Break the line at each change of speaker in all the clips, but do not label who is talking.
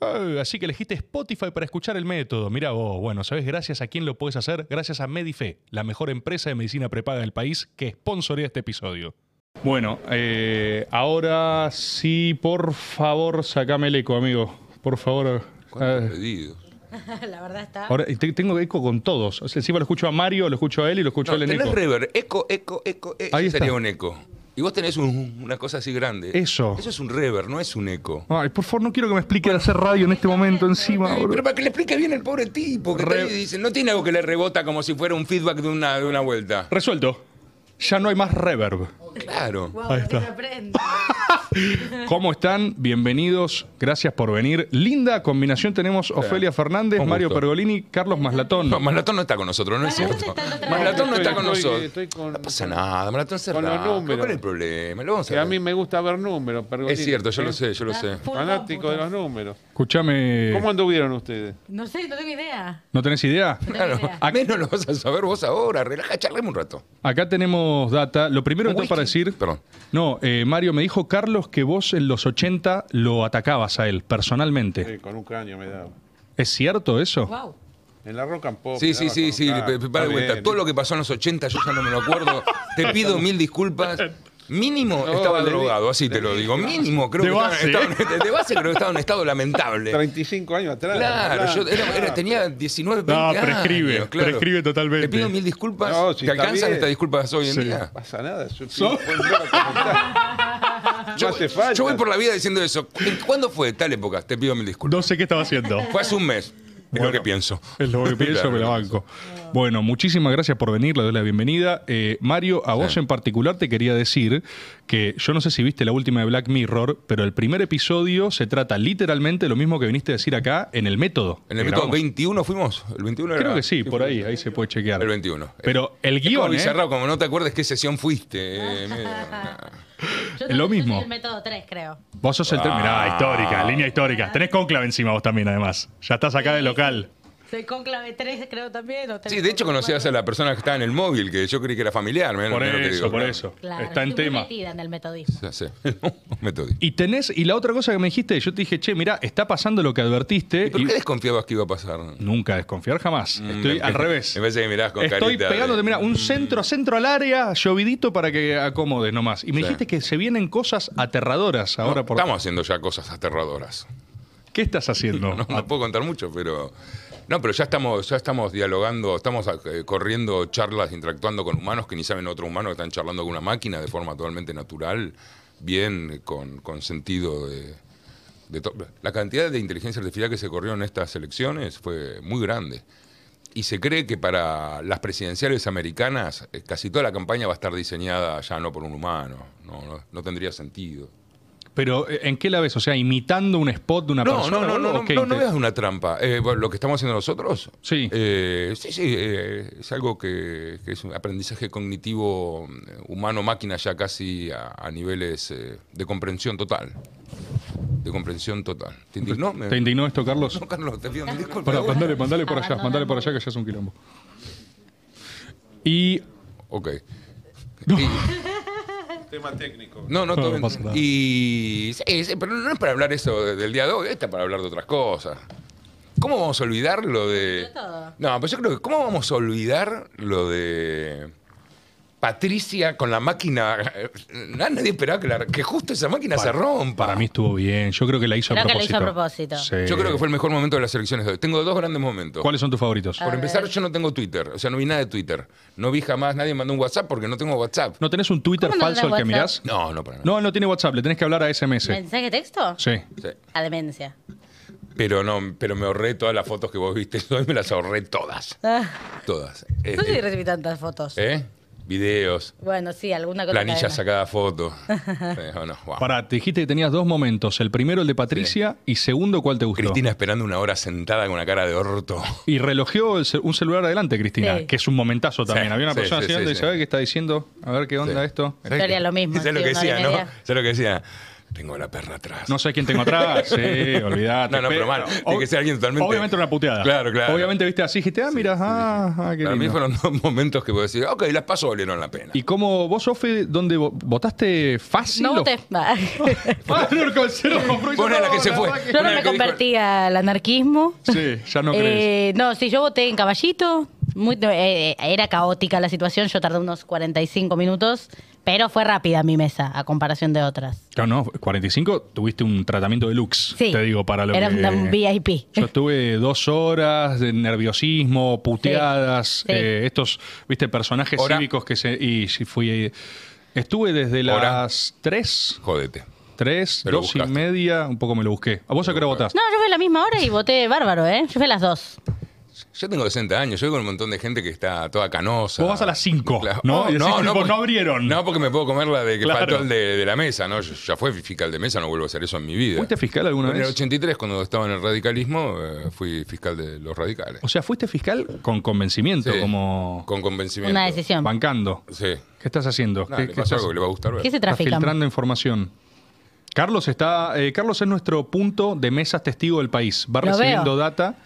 Eh, así que elegiste Spotify para escuchar el método. Mira vos, bueno, ¿sabés gracias a quién lo puedes hacer? Gracias a Medife, la mejor empresa de medicina prepaga del país que sponsorea este episodio. Bueno, eh, ahora sí, por favor, sacame el eco, amigo. Por favor.
¿Cuántos
Ah,
pedidos?
La verdad está.
Ahora, y te- tengo eco con todos. O sea, encima lo escucho a Mario, lo escucho a él y lo escucho
No,
a él en
tenés
eco.
reverb, eco, eco, eco, eso
Ahí
sería
está.
un eco. Y vos tenés un- una cosa así grande.
Eso.
Eso es un reverb, no es un eco.
Ay, por favor, no quiero que me explique de hacer radio en este momento
Ah,
encima,
Ay,
boludo.
Pero para que le explique bien el pobre tipo, que está
Re-
ahí y dice, no tiene algo que le rebota como si fuera un feedback de una, de una vuelta.
Resuelto. Ya no hay más reverb.
Claro.
Wow,
Ahí
qué
está.
sorprendente.
¿Cómo están? Bienvenidos. Gracias por venir. Linda combinación tenemos Ofelia Fernández,
Con
Mario
gusto.
Pergolini, Carlos Maslatón.
No, Malatón no está con nosotros, no es
Malatón
cierto.
está en otra
Malatón Ah, no
vez.
está con
Estoy-
nosotros. Ah,
estoy con-
no pasa nada, Malatón se
con los números.
¿Cuál es el problema? Lo vamos
Que
a
a mí
ver.
me gusta ver números, Pergolini.
Es cierto, yo
¿Eh?
lo sé, yo lo sé.
Full
Fanático
cómputos.
de los números.
Escúchame.
¿Cómo anduvieron ustedes?
No sé, no tengo idea.
¿No tenés idea?
No tengo
Claro,
idea.
menos lo vas a saber vos ahora. Relaja, charlemos un rato.
Acá tenemos data. Lo primero
¿Un
que tengo para
whisky?
decir.
Perdón.
No, eh, Mario, me dijo Carlos que vos en los 80 lo atacabas a él, personalmente.
Sí, con un cráneo me daba. ¿Eh?
¿Es cierto eso?
Wow.
En la rock and pop.
Sí, sí, sí, sí. pe- pe- para de vuelta. Todo lo que pasó en los 80 yo ya no me lo acuerdo. Te pido mil disculpas. Mínimo
No,
estaba
le di-
drogado, así te
le
lo
di-
digo. Mínimo creo
De
que estaba-
base,
estaba, en- de base creo que estaba en un estado lamentable.
35 años atrás.
Claro, yo era- era-
Ah,
tenía 19, 20
No,
años.
prescribe,
claro.
prescribe totalmente.
Te pido mil disculpas.
No, si
¿Te
está
alcanzan
bien.
estas disculpas hoy en
Sí.
día?
No pasa nada. Yo,
So-
Pues no lo comentás. No
Yo,
hace falta.
yo voy por la vida diciendo eso. ¿Cuándo fue tal época? Te pido mil disculpas.
No sé qué estaba haciendo.
Fue hace un mes. Es lo
Bueno.
que pienso.
Es lo que pienso,
Claro.
me la banco. Bueno, muchísimas gracias por venir, le doy la bienvenida. Eh, Mario, a vos en particular te quería decir que yo no sé si viste la última de Black Mirror, pero el primer episodio se trata literalmente lo mismo que viniste a decir acá en el método.
En el
que
método
grabamos.
21 fuimos. El 21 era-
Creo que sí, por ahí, ahí se puede chequear.
El 21.
Pero el
Es como
guión, ¿eh?
Bizarrao, como no te acuerdes qué sesión fuiste. eh, mira.
Yo
Es lo
yo soy
mismo.
El método 3, creo.
Vos sos el... ter-
Ah.
Mirá, histórica, línea histórica. Tenés conclave encima vos también, además. Ya estás acá de local.
Soy conclave 3, creo también. o tres,
sí, de hecho conocías a la persona que estaba en el móvil, que yo creí que era familiar. mirá lo
Por
primero que
eso,
digo,
por
claro.
eso.
Claro,
Está en
estoy muy
tema.
metida en el metodismo.
Ya sé. Metodi.
Y tenés, y la otra cosa que me dijiste, yo te dije, che, mirá, está pasando lo que advertiste.
¿Y por
y-
qué desconfiabas que iba a pasar?
Nunca desconfiar jamás. Estoy
Mm,
al revés.
Me parece que mirás con
Estoy
carita de- Mm.
pegándote, mira, un centro, centro al área, llovidito para que acomodes nomás. Y me
Sí.
dijiste que se vienen cosas aterradoras
No,
ahora por.
Estamos haciendo ya cosas aterradoras.
¿Qué estás haciendo?
No, no puedo contar mucho, pero. No, pero ya estamos, ya estamos dialogando, estamos eh, corriendo charlas, interactuando con humanos que ni saben otro humano, que están charlando con una máquina de forma totalmente natural, bien, con, con sentido de. de to- La cantidad de inteligencia artificial que se corrió en estas elecciones fue muy grande. Y se cree que para las presidenciales americanas eh, casi toda la campaña va a estar diseñada ya no por un humano, no, no, no tendría sentido.
Pero, eh, ¿en qué la ves? O sea, imitando un spot de una
No,
persona.
no, no,
o
no, no,
qué
no, no
inte-
veas una trampa. Eh, bueno, lo que estamos haciendo nosotros.
Sí.
eh, sí, sí, eh, es algo que, que es un aprendizaje cognitivo eh, humano-máquina ya casi a, a niveles eh, de comprensión total. De comprensión total. ¿Te indignó? Me-
¿Te indignó esto, Carlos?
No, Carlos, te pido mil disculpas.
Pará, mandale, mandale por allá,
Abandonando.
mandale por allá que ya es un quilombo. Y.
Ok.
No.
Y-
Tema técnico.
no, no,
No,
todo
no
bien.
pasa nada.
Y. sí, sí, pero no es para hablar eso de- del día de hoy, esta para hablar de otras cosas. ¿Cómo vamos a olvidar lo de.?
De todo.
No, pues yo creo que. ¿Cómo vamos a olvidar lo de. Patricia con la máquina. Na- Nadie esperaba que, la- que justo esa máquina se rompa.
Para mí eh, estuvo bien. Yo creo que la hizo a
Creo que la
propósito.
hizo a propósito.
Sí.
Yo creo que fue el mejor momento de las elecciones de hoy. Tengo dos grandes momentos.
¿Cuáles son tus favoritos?
Por
A
empezar,
ver.
yo no tengo Twitter. O sea, no vi nada de Twitter. No vi jamás, nadie mandó un WhatsApp porque no tengo WhatsApp.
¿No tenés un Twitter
¿Cómo no
falso al
tenés
que mirás?
WhatsApp?
No, no para nada.
No, él no tiene WhatsApp, le tenés que hablar a SMS.
¿Mensaje de texto?
Sí.
Sí.
A demencia.
Pero no, pero me ahorré todas las fotos que vos viste hoy, me las ahorré todas.
Ah,
Todas. Eh,
no sé si
eh,
recibí tantas fotos.
¿eh? Videos,
Bueno, sí, alguna cosa.
planilla
cadena.
sacada foto. Eh, o no, wow.
Pará, te dijiste que tenías dos momentos. El primero, el de Patricia, y segundo, ¿cuál te gustó?
Cristina esperando una hora sentada con una cara de orto.
Y relojeó el ce- un celular adelante, Cristina,
Sí.
que es un momentazo también.
Sí,
Había una
sí,
persona
sí,
así
sí,
adelante y
sí.
sabe que está diciendo, a ver qué onda
Sí.
esto.
Yo haría lo mismo,
¿Sabes
sí,
lo que
una hora y
decía, no?
media.
¿Sabes lo que decía? Tengo a la perra atrás.
No sé quién tengo atrás. Sí, olvidate.
No, no, pero mal. Tiene que ser alguien totalmente-
Obviamente una puteada.
Claro, claro.
Obviamente viste así, dijiste, ah, mira, ah, ah, qué
Para mí
lindo.
fueron dos momentos que puedo decir, ok, las pasos valieron la pena.
¿Y cómo vos, Sofi, dónde vo- votaste fácil?
No
o-
voté. Va.
Ah, no, el cero compró y
Fue una de las que se fue.
verdad que-
Yo no
Bueno,
me
¿qué dijo?
convertí al anarquismo.
Sí, ya no crees.
Eh, no, sí, yo voté en Caballito. Muy, eh, era caótica la situación. Yo tardé unos 45 minutos, pero fue rápida mi mesa a comparación de otras.
Claro, no, 45 tuviste un tratamiento de lux,
Sí.
te digo, para lo
Era
que...
una- un VIP.
Yo estuve dos horas de nerviosismo, puteadas,
Sí.
eh, estos, viste, personajes
Hora.
cívicos que se... Y sí, fui... Estuve desde
Hora.
las 3,
Jódete.
3,
Pero
2 y
buscaste.
media, un poco me lo busqué. ¿A vos a qué hora votaste?
No, yo fui a la misma hora y voté bárbaro, ¿eh? Yo fui a las dos.
Yo tengo 60 años, yo voy con un montón de gente que está toda canosa.
Vos vas a las 5,
Claro.
¿no? Y decís, tipo,
porque-
no abrieron.
No, porque me puedo comer la de que
Claro.
faltó el de, de la mesa, ¿no? Yo ya fue fiscal de mesa, no vuelvo a hacer eso en mi vida.
¿Fuiste fiscal alguna
en el
vez?
83, cuando estaba en el radicalismo, eh, fui fiscal de los radicales.
O sea, fuiste fiscal con convencimiento,
Sí,
como
Con convencimiento.
Una decisión.
bancando.
Sí.
¿Qué estás haciendo?
Nada,
¿Qué-
le
qué
pasó
estás-
algo que le va a gustar. ver.
¿Qué se
Está
trafican?
filtrando información. Carlos está. eh, Carlos es nuestro punto de mesas testigo del país. Va
Lo
recibiendo
veo.
data.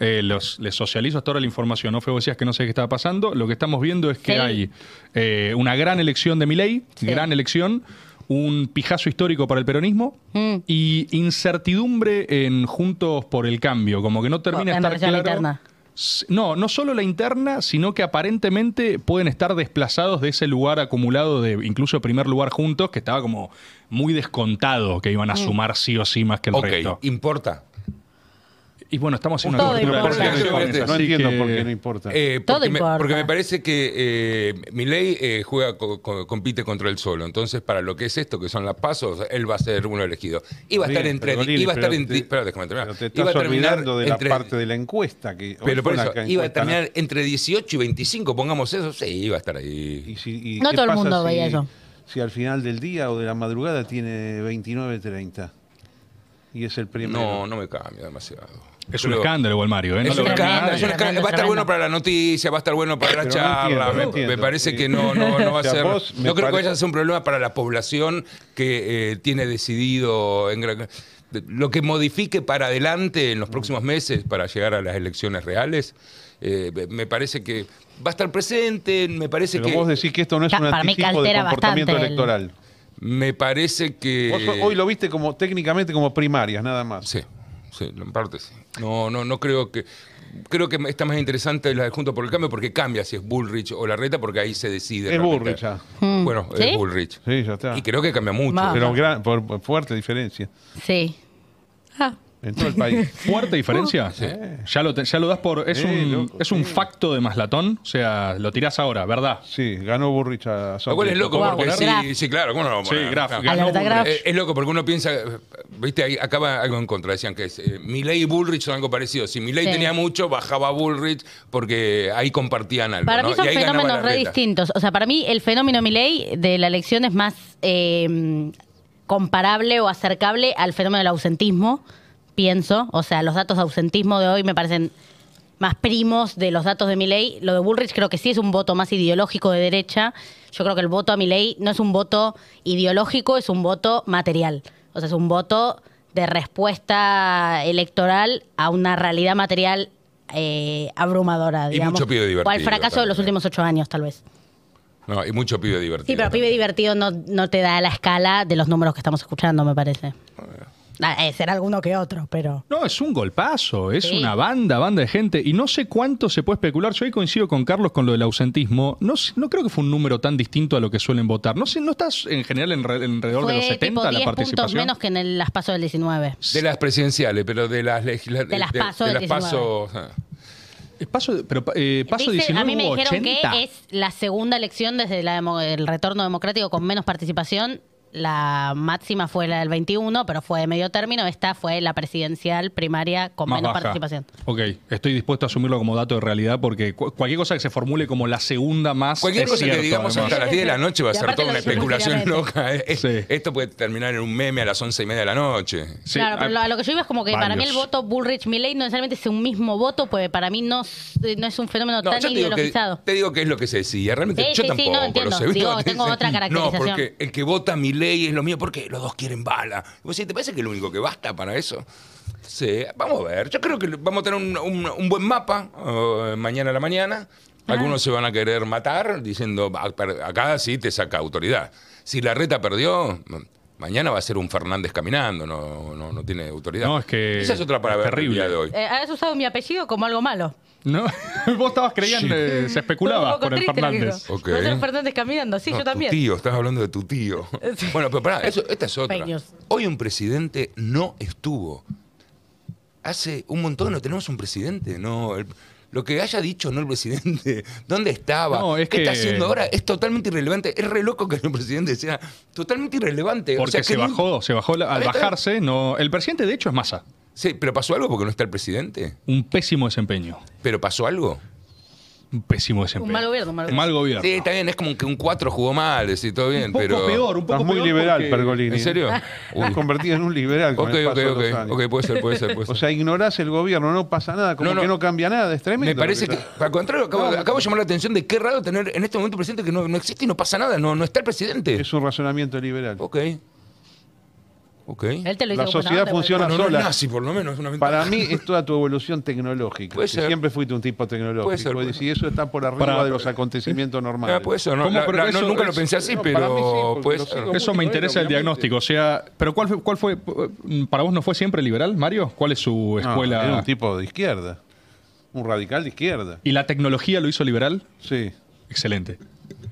Eh, los, les socializo hasta ahora la información. No fue vos decías que no sé qué estaba pasando. Lo que estamos viendo es que
Sí.
hay eh, una gran elección de Milei,
Sí.
gran elección, un pijazo histórico para el peronismo
Mm.
y incertidumbre en Juntos por el Cambio. Como que no termina
En
de estar
relación a la
claro.
interna.
S- No, no solo la interna, sino que aparentemente pueden estar desplazados de ese lugar acumulado de incluso primer lugar juntos, que estaba como muy descontado que iban a sumar sí o sí más que el
Ok,
resto. Y,
importa.
bueno, estamos en una
Todo
cobertura
importa.
parcial de
Yo
prensa,
este,
No
así
entiendo
que-
por qué no importa.
Eh,
Todo
porque, me,
importa.
porque me parece que eh, Milei eh, juega, co- co- compite contra el solo. Entonces, para lo que es esto, que son las pasos, él va a ser uno elegido. Iba a estar
Bien,
entre.
pero, Lili,
iba a estar
pero
en-
te-
espera, déjame terminar.
Pero te
Iba a
estás
terminar
olvidando de la
entre-
parte de la encuesta. Que hoy
Pero por
fue
eso,
la que
iba a
encuesta,
terminar entre 18 y 25, pongamos eso, sí, iba a estar
¿no? Y
ahí.
si- y
No
qué
todo el
pasa
mundo
si-
veía eso.
Si al final del día o de la madrugada tiene 29.30 y es el primero.
No, no me cambia demasiado.
Es un
Pero-
escándalo igual, Mario. ¿eh? No
es
lo
un
ve
escándalo,
nadie.
es un escándalo.
Tremendo,
Va a estar
tremendo.
bueno para la noticia, va a estar bueno para la
Pero no
charla.
entiendo,
me,
no
me
entiendo.
parece que no, no, no va a
O sea,
ser.
vos me
no creo que
pare-
vaya a ser un problema para la población que eh, tiene decidido en gran- de- lo que modifique para adelante en los próximos meses para llegar a las elecciones reales. eh, me- me parece que va a estar presente, me parece
Pero
que.
vos decís que esto no es
Ca-
un
para mí que
anticipo de
altera
comportamiento
bastante el-
electoral.
Me parece que.
Vos hoy lo viste como técnicamente como primarias, nada más.
Eh, Sí, sí, en parte sí. No, no, no creo que. Creo que está más interesante la de Junto por el Cambio porque cambia si es Bullrich o Larreta, porque ahí se decide.
Es
realmente.
Bullrich, ya.
Bueno,
Mm. ¿Sí?
es Bullrich.
Sí, ya está.
Y creo que cambia mucho.
Ma.
Pero gran, por, por fuerte diferencia
Sí. Ah.
en todo el país.
Fuerte diferencia. Ya, lo, te- ya lo das por. Es
Sí,
un,
loco,
es un
sí.
facto de maslatón. O sea, lo tirás ahora, ¿verdad?
Sí, ganó Burrich a San
Lo cual es loco
Wow,
porque
Graf.
sí, sí, claro, ¿cómo no lo vamos a
Sí,
poner?
Graf,
Claro.
ganó
Alerta
Bullrich.
Graf.
Eh, es loco porque uno piensa, eh, viste, ahí acaba algo en contra, decían que es, eh, Milei y Bullrich son algo parecido. Si Milei
Sí.
tenía mucho, bajaba Bullrich porque ahí compartían algo.
Para
¿no?
mí son
Y ahí ganaba
fenómenos re
Larreta.
distintos. O sea, para mí el fenómeno Milei de la elección es más eh, comparable o acercable al fenómeno del ausentismo, pienso. O sea, los datos de ausentismo de hoy me parecen más primos de los datos de Milei. Lo de Bullrich creo que sí es un voto más ideológico de derecha. Yo creo que el voto a Milei no es un voto ideológico, es un voto material. O sea, es un voto de respuesta electoral a una realidad material eh, abrumadora,
Y
digamos.
mucho pibe divertido
O al fracaso de los
también. ¿eh?
últimos ocho años, tal vez.
No, y mucho pibe divertido.
Sí, pero pibe divertido no, no te da la escala de los números que estamos escuchando, me parece. Ah, eh, será alguno que otro, pero...
No, es un golpazo, es
Sí.
una banda, banda de gente. Y no sé cuánto se puede especular. Yo ahí coincido con Carlos con lo del ausentismo. No, sé- no creo que fue un número tan distinto a lo que suelen votar. No sé, ¿no estás en general en re- alrededor
Fue
de los 70
tipo
la
10 puntos
participación?
menos que en el, las pasos del 19.
De las presidenciales, pero de las legislativas.
De las PASO
De,
del
las PASO. ah.
Eh, Paso, de- pero, pa- eh, paso
Dice-
19
a mí me
hubo
dijeron
80.
que es la segunda elección desde la demo- el retorno democrático con menos participación. La máxima fue la del 21, pero fue de medio término. Esta fue la presidencial primaria con
Más
menos
baja.
participación.
Ok, estoy dispuesto a asumirlo como dato de realidad porque cu- cualquier cosa que se formule como la segunda más.
Cualquier
es
cosa
cierto,
que digamos
además.
hasta las 10 de la noche va a
Y
ser
aparte
toda una
lo dijimos
especulación
finalmente.
loca. Es- es-
Sí.
Esto puede terminar en un meme a las 11 y media de la noche.
Sí,
claro, pero
ah,
lo- a lo que yo iba es como que para mí el
varios.
voto Bullrich-Milley no necesariamente es un mismo voto, porque para mí no, s- no es un fenómeno
No,
tan
yo te digo, que,
ideologizado.
te digo que es lo que se decía. Realmente
Sí,
yo
sí, sí, no,
tampoco lo
entiendo.
sé. ¿viste?
Digo, tengo otra
No,
caracterización.
porque el que vota a mi Milei es lo mío porque los dos quieren bala. Y vos decís, ¿te parece que lo único que basta para eso? Sí, vamos a ver. Yo creo que vamos a tener un, un- un buen mapa eh, mañana a la mañana.
Ah.
Algunos se van a querer matar diciendo, "Ah, per- acá sí te saca autoridad. Si la reta perdió, mm, mañana va a ser un Fernández caminando, no, no, no tiene autoridad.
No, es que
Esa es otra para
es
ver el
terrible.
día de hoy.
Eh, has usado mi apellido como algo malo.
No, vos estabas creyendo, eh, se especulaba
Un poco
por el
triste lo que
Fernández.
digo.
Ok.
Va a ser Fernández caminando, sí,
No,
yo también.
Tu tío, estás hablando de tu tío.
Sí.
Bueno, pero pará, eso- esta es otra.
Fake news.
Hoy un presidente no estuvo. Hace un montón no tenemos un presidente, no. el- lo que haya dicho no el presidente, dónde estaba,
No, es
qué está
que-
haciendo ahora, es totalmente irrelevante. Es re loco que el presidente sea totalmente irrelevante. O
Porque
sea, que
se
no-
bajó, se bajó la- al
Ahí está.
bajarse. No, el presidente, de hecho, es masa.
Sí, pero pasó algo porque no está el presidente.
Un pésimo desempeño.
Pero pasó algo.
Un pésimo desempeño.
Un mal gobierno, un mal
Un mal gobierno.
Sí, está bien, es como que un 4 jugó mal, sí, todo bien,
un poco
pero.
peor, un poco
Estás muy
peor
liberal,
porque-
Pergolini.
¿En serio?
Te
Uy.
has convertido en un liberal con
Ok,
el
ok,
paso de los
ok.
años.
Ok, puede ser, puede ser, puede
O
ser.
sea, ignorás el gobierno, no pasa nada, como
No, no.
que no cambia nada, es tremendo.
Me
lo
parece que,
está-
al contrario, acabo, acabo de llamar la atención de qué raro tener en este momento un presidente que no, no existe y no pasa nada, no, no está el presidente.
Es un razonamiento liberal.
Ok. Ok.
Él te lo
La
hizo con buena
sociedad
onda, igual.
funciona-
Bueno, no es
sola.
nazi, por lo menos. es una ventaja.
Para mí es toda tu evolución tecnológica.
Puede
que
ser.
Siempre fuiste un tipo
Puede ser,
tecnológico.
puede
Y si eso está por arriba
Para-
de los acontecimientos normales.
Ah, puede ser, no,
¿Cómo?
la-
Pero
la- no,
eso-
nunca lo
eso-
pensé así,
no,
pero
para mí sí, porque
puede
lo
ser.
sigo-
Eso me
Bueno,
interesa el
obviamente.
diagnóstico. O sea, pero ¿cuál fue, cuál fue eh, para vos no fue siempre liberal, Mario? ¿Cuál es su
No,
escuela?
Era un tipo de izquierda. Un radical de izquierda.
¿Y la tecnología lo hizo liberal?
Sí.
Excelente.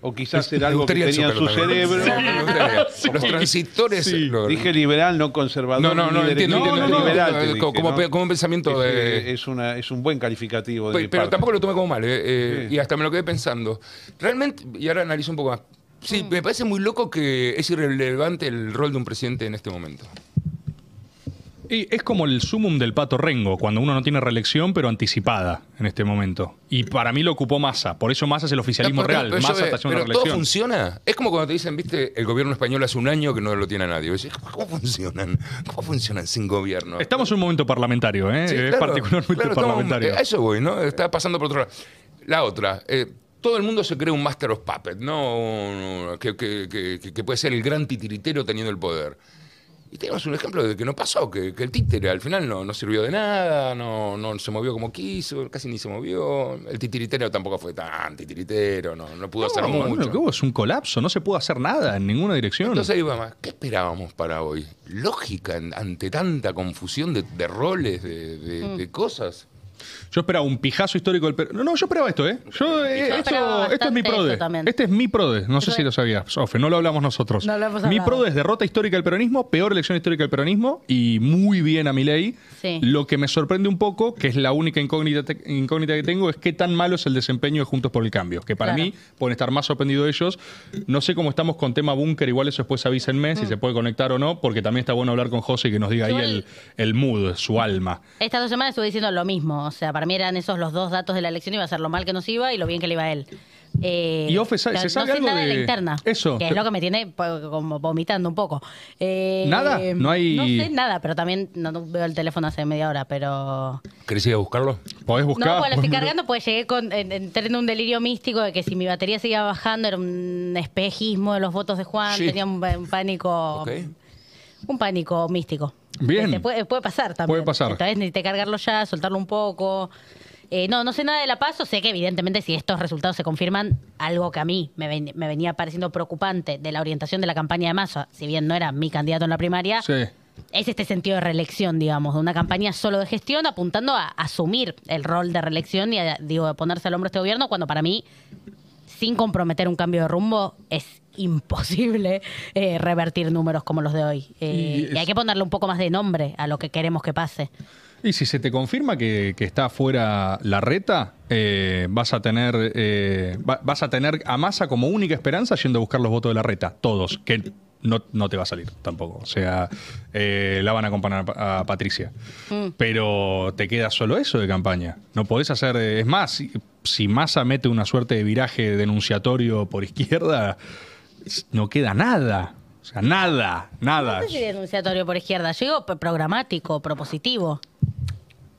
O quizás
Me
era algo que
gustaría el
tenía en su
Zócalo también.
cerebro.
Sí, me gustaría.
Sí.
Los transitores.
Sí.
lo-
Dije liberal, no conservador.
no, no, no,
ni
entiendo.
derecho-
entiendo, no,
liberal, te
entiendo.
dije,
Como- como,
¿no?
pe- como un pensamiento
Es,
de.
eh, es una, es un buen calificativo de
Pe-
mi
pero
parte.
tampoco lo tomé como mal, eh, eh,
Sí.
y hasta me lo quedé pensando. Realmente, y ahora analizo un poco más.
Mm.
Sí, me parece muy loco que es irrelevante el rol de un presidente en este momento.
Y es como el sumum del pato Rengo, cuando uno no tiene reelección, pero anticipada en este momento. Y para mí lo ocupó Masa. Por eso Masa es el oficialismo
No, pero-
real.
pero yo
Massa
veo-
está haciendo una
pero todo
reelección.
funciona. Es como cuando te dicen, viste, el gobierno español hace un año que no lo tiene a nadie. Vos decís, ¿Cómo, cómo funcionan? ¿Cómo funcionan sin gobierno?
Estamos en un momento parlamentario, ¿eh?
Sí,
es
claro,
particularmente
claro, estamos-
parlamentario.
eh, a eso voy, ¿no? Está pasando por otro lado. La otra. eh, todo el mundo se cree un Master of Puppet, ¿no? Un- Que, que- que- que- que puede ser el gran titiritero teniendo el poder. Y tenemos un ejemplo de que no pasó, que, que el títere al final no, no sirvió de nada, no, no se movió como quiso, casi ni se movió. El titiritero tampoco fue tan titiritero, no, no pudo hacer
No,
mucho.
no, lo que hubo es un colapso, no se pudo hacer nada en ninguna dirección.
Entonces ahí va más. ¿Qué esperábamos para hoy? Lógica en- ante tanta confusión de, de roles, de, de- de cosas.
Yo esperaba un pijazo histórico del Perú. No, no, yo esperaba esto, ¿eh? Yo, eh,
Yo
esto,
esperaba
esto es mi
bastante
PRODE.
esto también.
Este es mi PRODE. No sé
Yo-
si lo sabías, Sofe. No lo hablamos nosotros.
No lo hemos
mi
hablado.
PRODE es derrota histórica del peronismo, peor elección histórica del peronismo y muy bien a mi ley.
Sí.
Lo que me sorprende un poco, que es la única incógnita, te- incógnita que tengo, es qué tan malo es el desempeño de Juntos por el Cambio. Que para
Claro.
mí pueden estar más sorprendidos ellos. No sé cómo estamos con tema búnker, igual eso después avísenme si se puede conectar o no, porque también está bueno hablar con José y que nos diga ahí
Mm. Igual-
el, el mood, su alma.
Estas dos semanas estuve diciendo lo mismo. O sea, para mí eran esos los dos datos de la elección. Iba a ser lo mal que nos iba y lo bien que le iba a él. Eh,
Y Ofe, ¿sabe-
no-
se sabe
no sé
algo
nada de...
de-
la interna.
Eso.
Que es lo que me tiene po- como vomitando un poco. Eh,
¿Nada? No hay-
No sé nada, pero también no no veo el teléfono hace media hora, pero...
¿Querés ir a buscarlo?
Podés buscar.
No, cuando la estoy
podés-
cargando, pues llegué con. en- entré en un delirio místico de que si mi batería seguía bajando era un espejismo de los votos de Juan.
Sí.
Tenía un, un pánico.
Ok.
Un pánico místico.
Bien.
Que te puede, puede pasar también.
Puede pasar.
Entonces necesité cargarlo ya, soltarlo un poco. Eh, no, no sé nada de la paso. Sé que, evidentemente, si estos resultados se confirman, algo que a mí me, ven- me venía pareciendo preocupante de la orientación de la campaña de Massa, si bien no era mi candidato en la primaria,
Sí.
es este sentido de reelección, digamos, de una campaña solo de gestión apuntando a asumir el rol de reelección y a, digo, a ponerse al hombro este gobierno cuando para mí, sin comprometer un cambio de rumbo, es imposible eh, revertir números como los de hoy. Eh,
Y
y hay
es-
que ponerle un poco más de nombre a lo que queremos que pase.
Y si se te confirma que, que está fuera la reta, eh, vas a tener eh, va- vas a tener a Massa como única esperanza yendo a buscar los votos de la reta, todos, que no, no te va a salir tampoco. O sea, eh, la van a acompañar a, a Patricia. Pero te queda solo eso de campaña. No podés hacer. eh, Es más, si, si Massa mete una suerte de viraje denunciatorio por izquierda, s- no queda nada. O sea, nada, nada.
No sé si denunciatorio por izquierda. Yo digo p- programático, propositivo.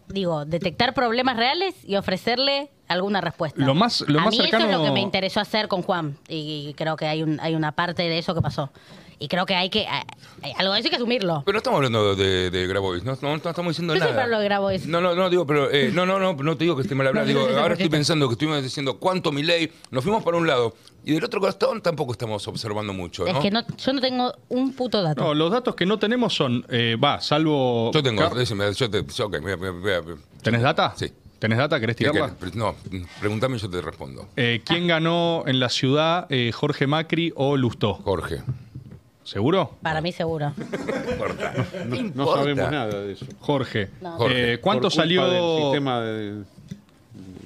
Digo, detectar problemas reales y ofrecerle alguna respuesta.
Lo más- lo
a
más
mí
cercano-
eso es lo que me interesó hacer con Juan. Y, y creo que hay, un, hay una parte de eso que pasó. Y creo que hay que. a- a- algo de eso hay que asumirlo.
Pero no estamos hablando de, de Grabois, no, no, no estamos diciendo
Yo
nada.
siempre hablo de Grabois.
No, no, no, digo, pero eh, no, no, no, no te digo que esté mal hablado.
No,
Digo,
no, no, no,
ahora
porque
estoy
te-
pensando que estuvimos diciendo cuánto mi ley, nos fuimos para un lado y del otro costado tampoco estamos observando mucho, ¿no?
Es que no, yo no tengo un puto dato.
No, los datos que no tenemos son, eh, va, salvo...
Yo tengo,
Car-
decime, yo te, yo, ok, voy a- voy a- voy a- voy a-
¿Tenés data?
Sí.
¿Tenés data? ¿Querés tirarla?
Tiene que- No, pregúntame y yo te respondo.
Eh, ¿Quién ganó en la ciudad, eh, Jorge Macri o Lustó?
Jorge.
¿Seguro?
Para mí, seguro.
Corta.
No, no
importa.
sabemos nada de eso.
Jorge.
No.
Jorge.
Eh, ¿Cuánto
Por culpa
salió...?
del sistema de-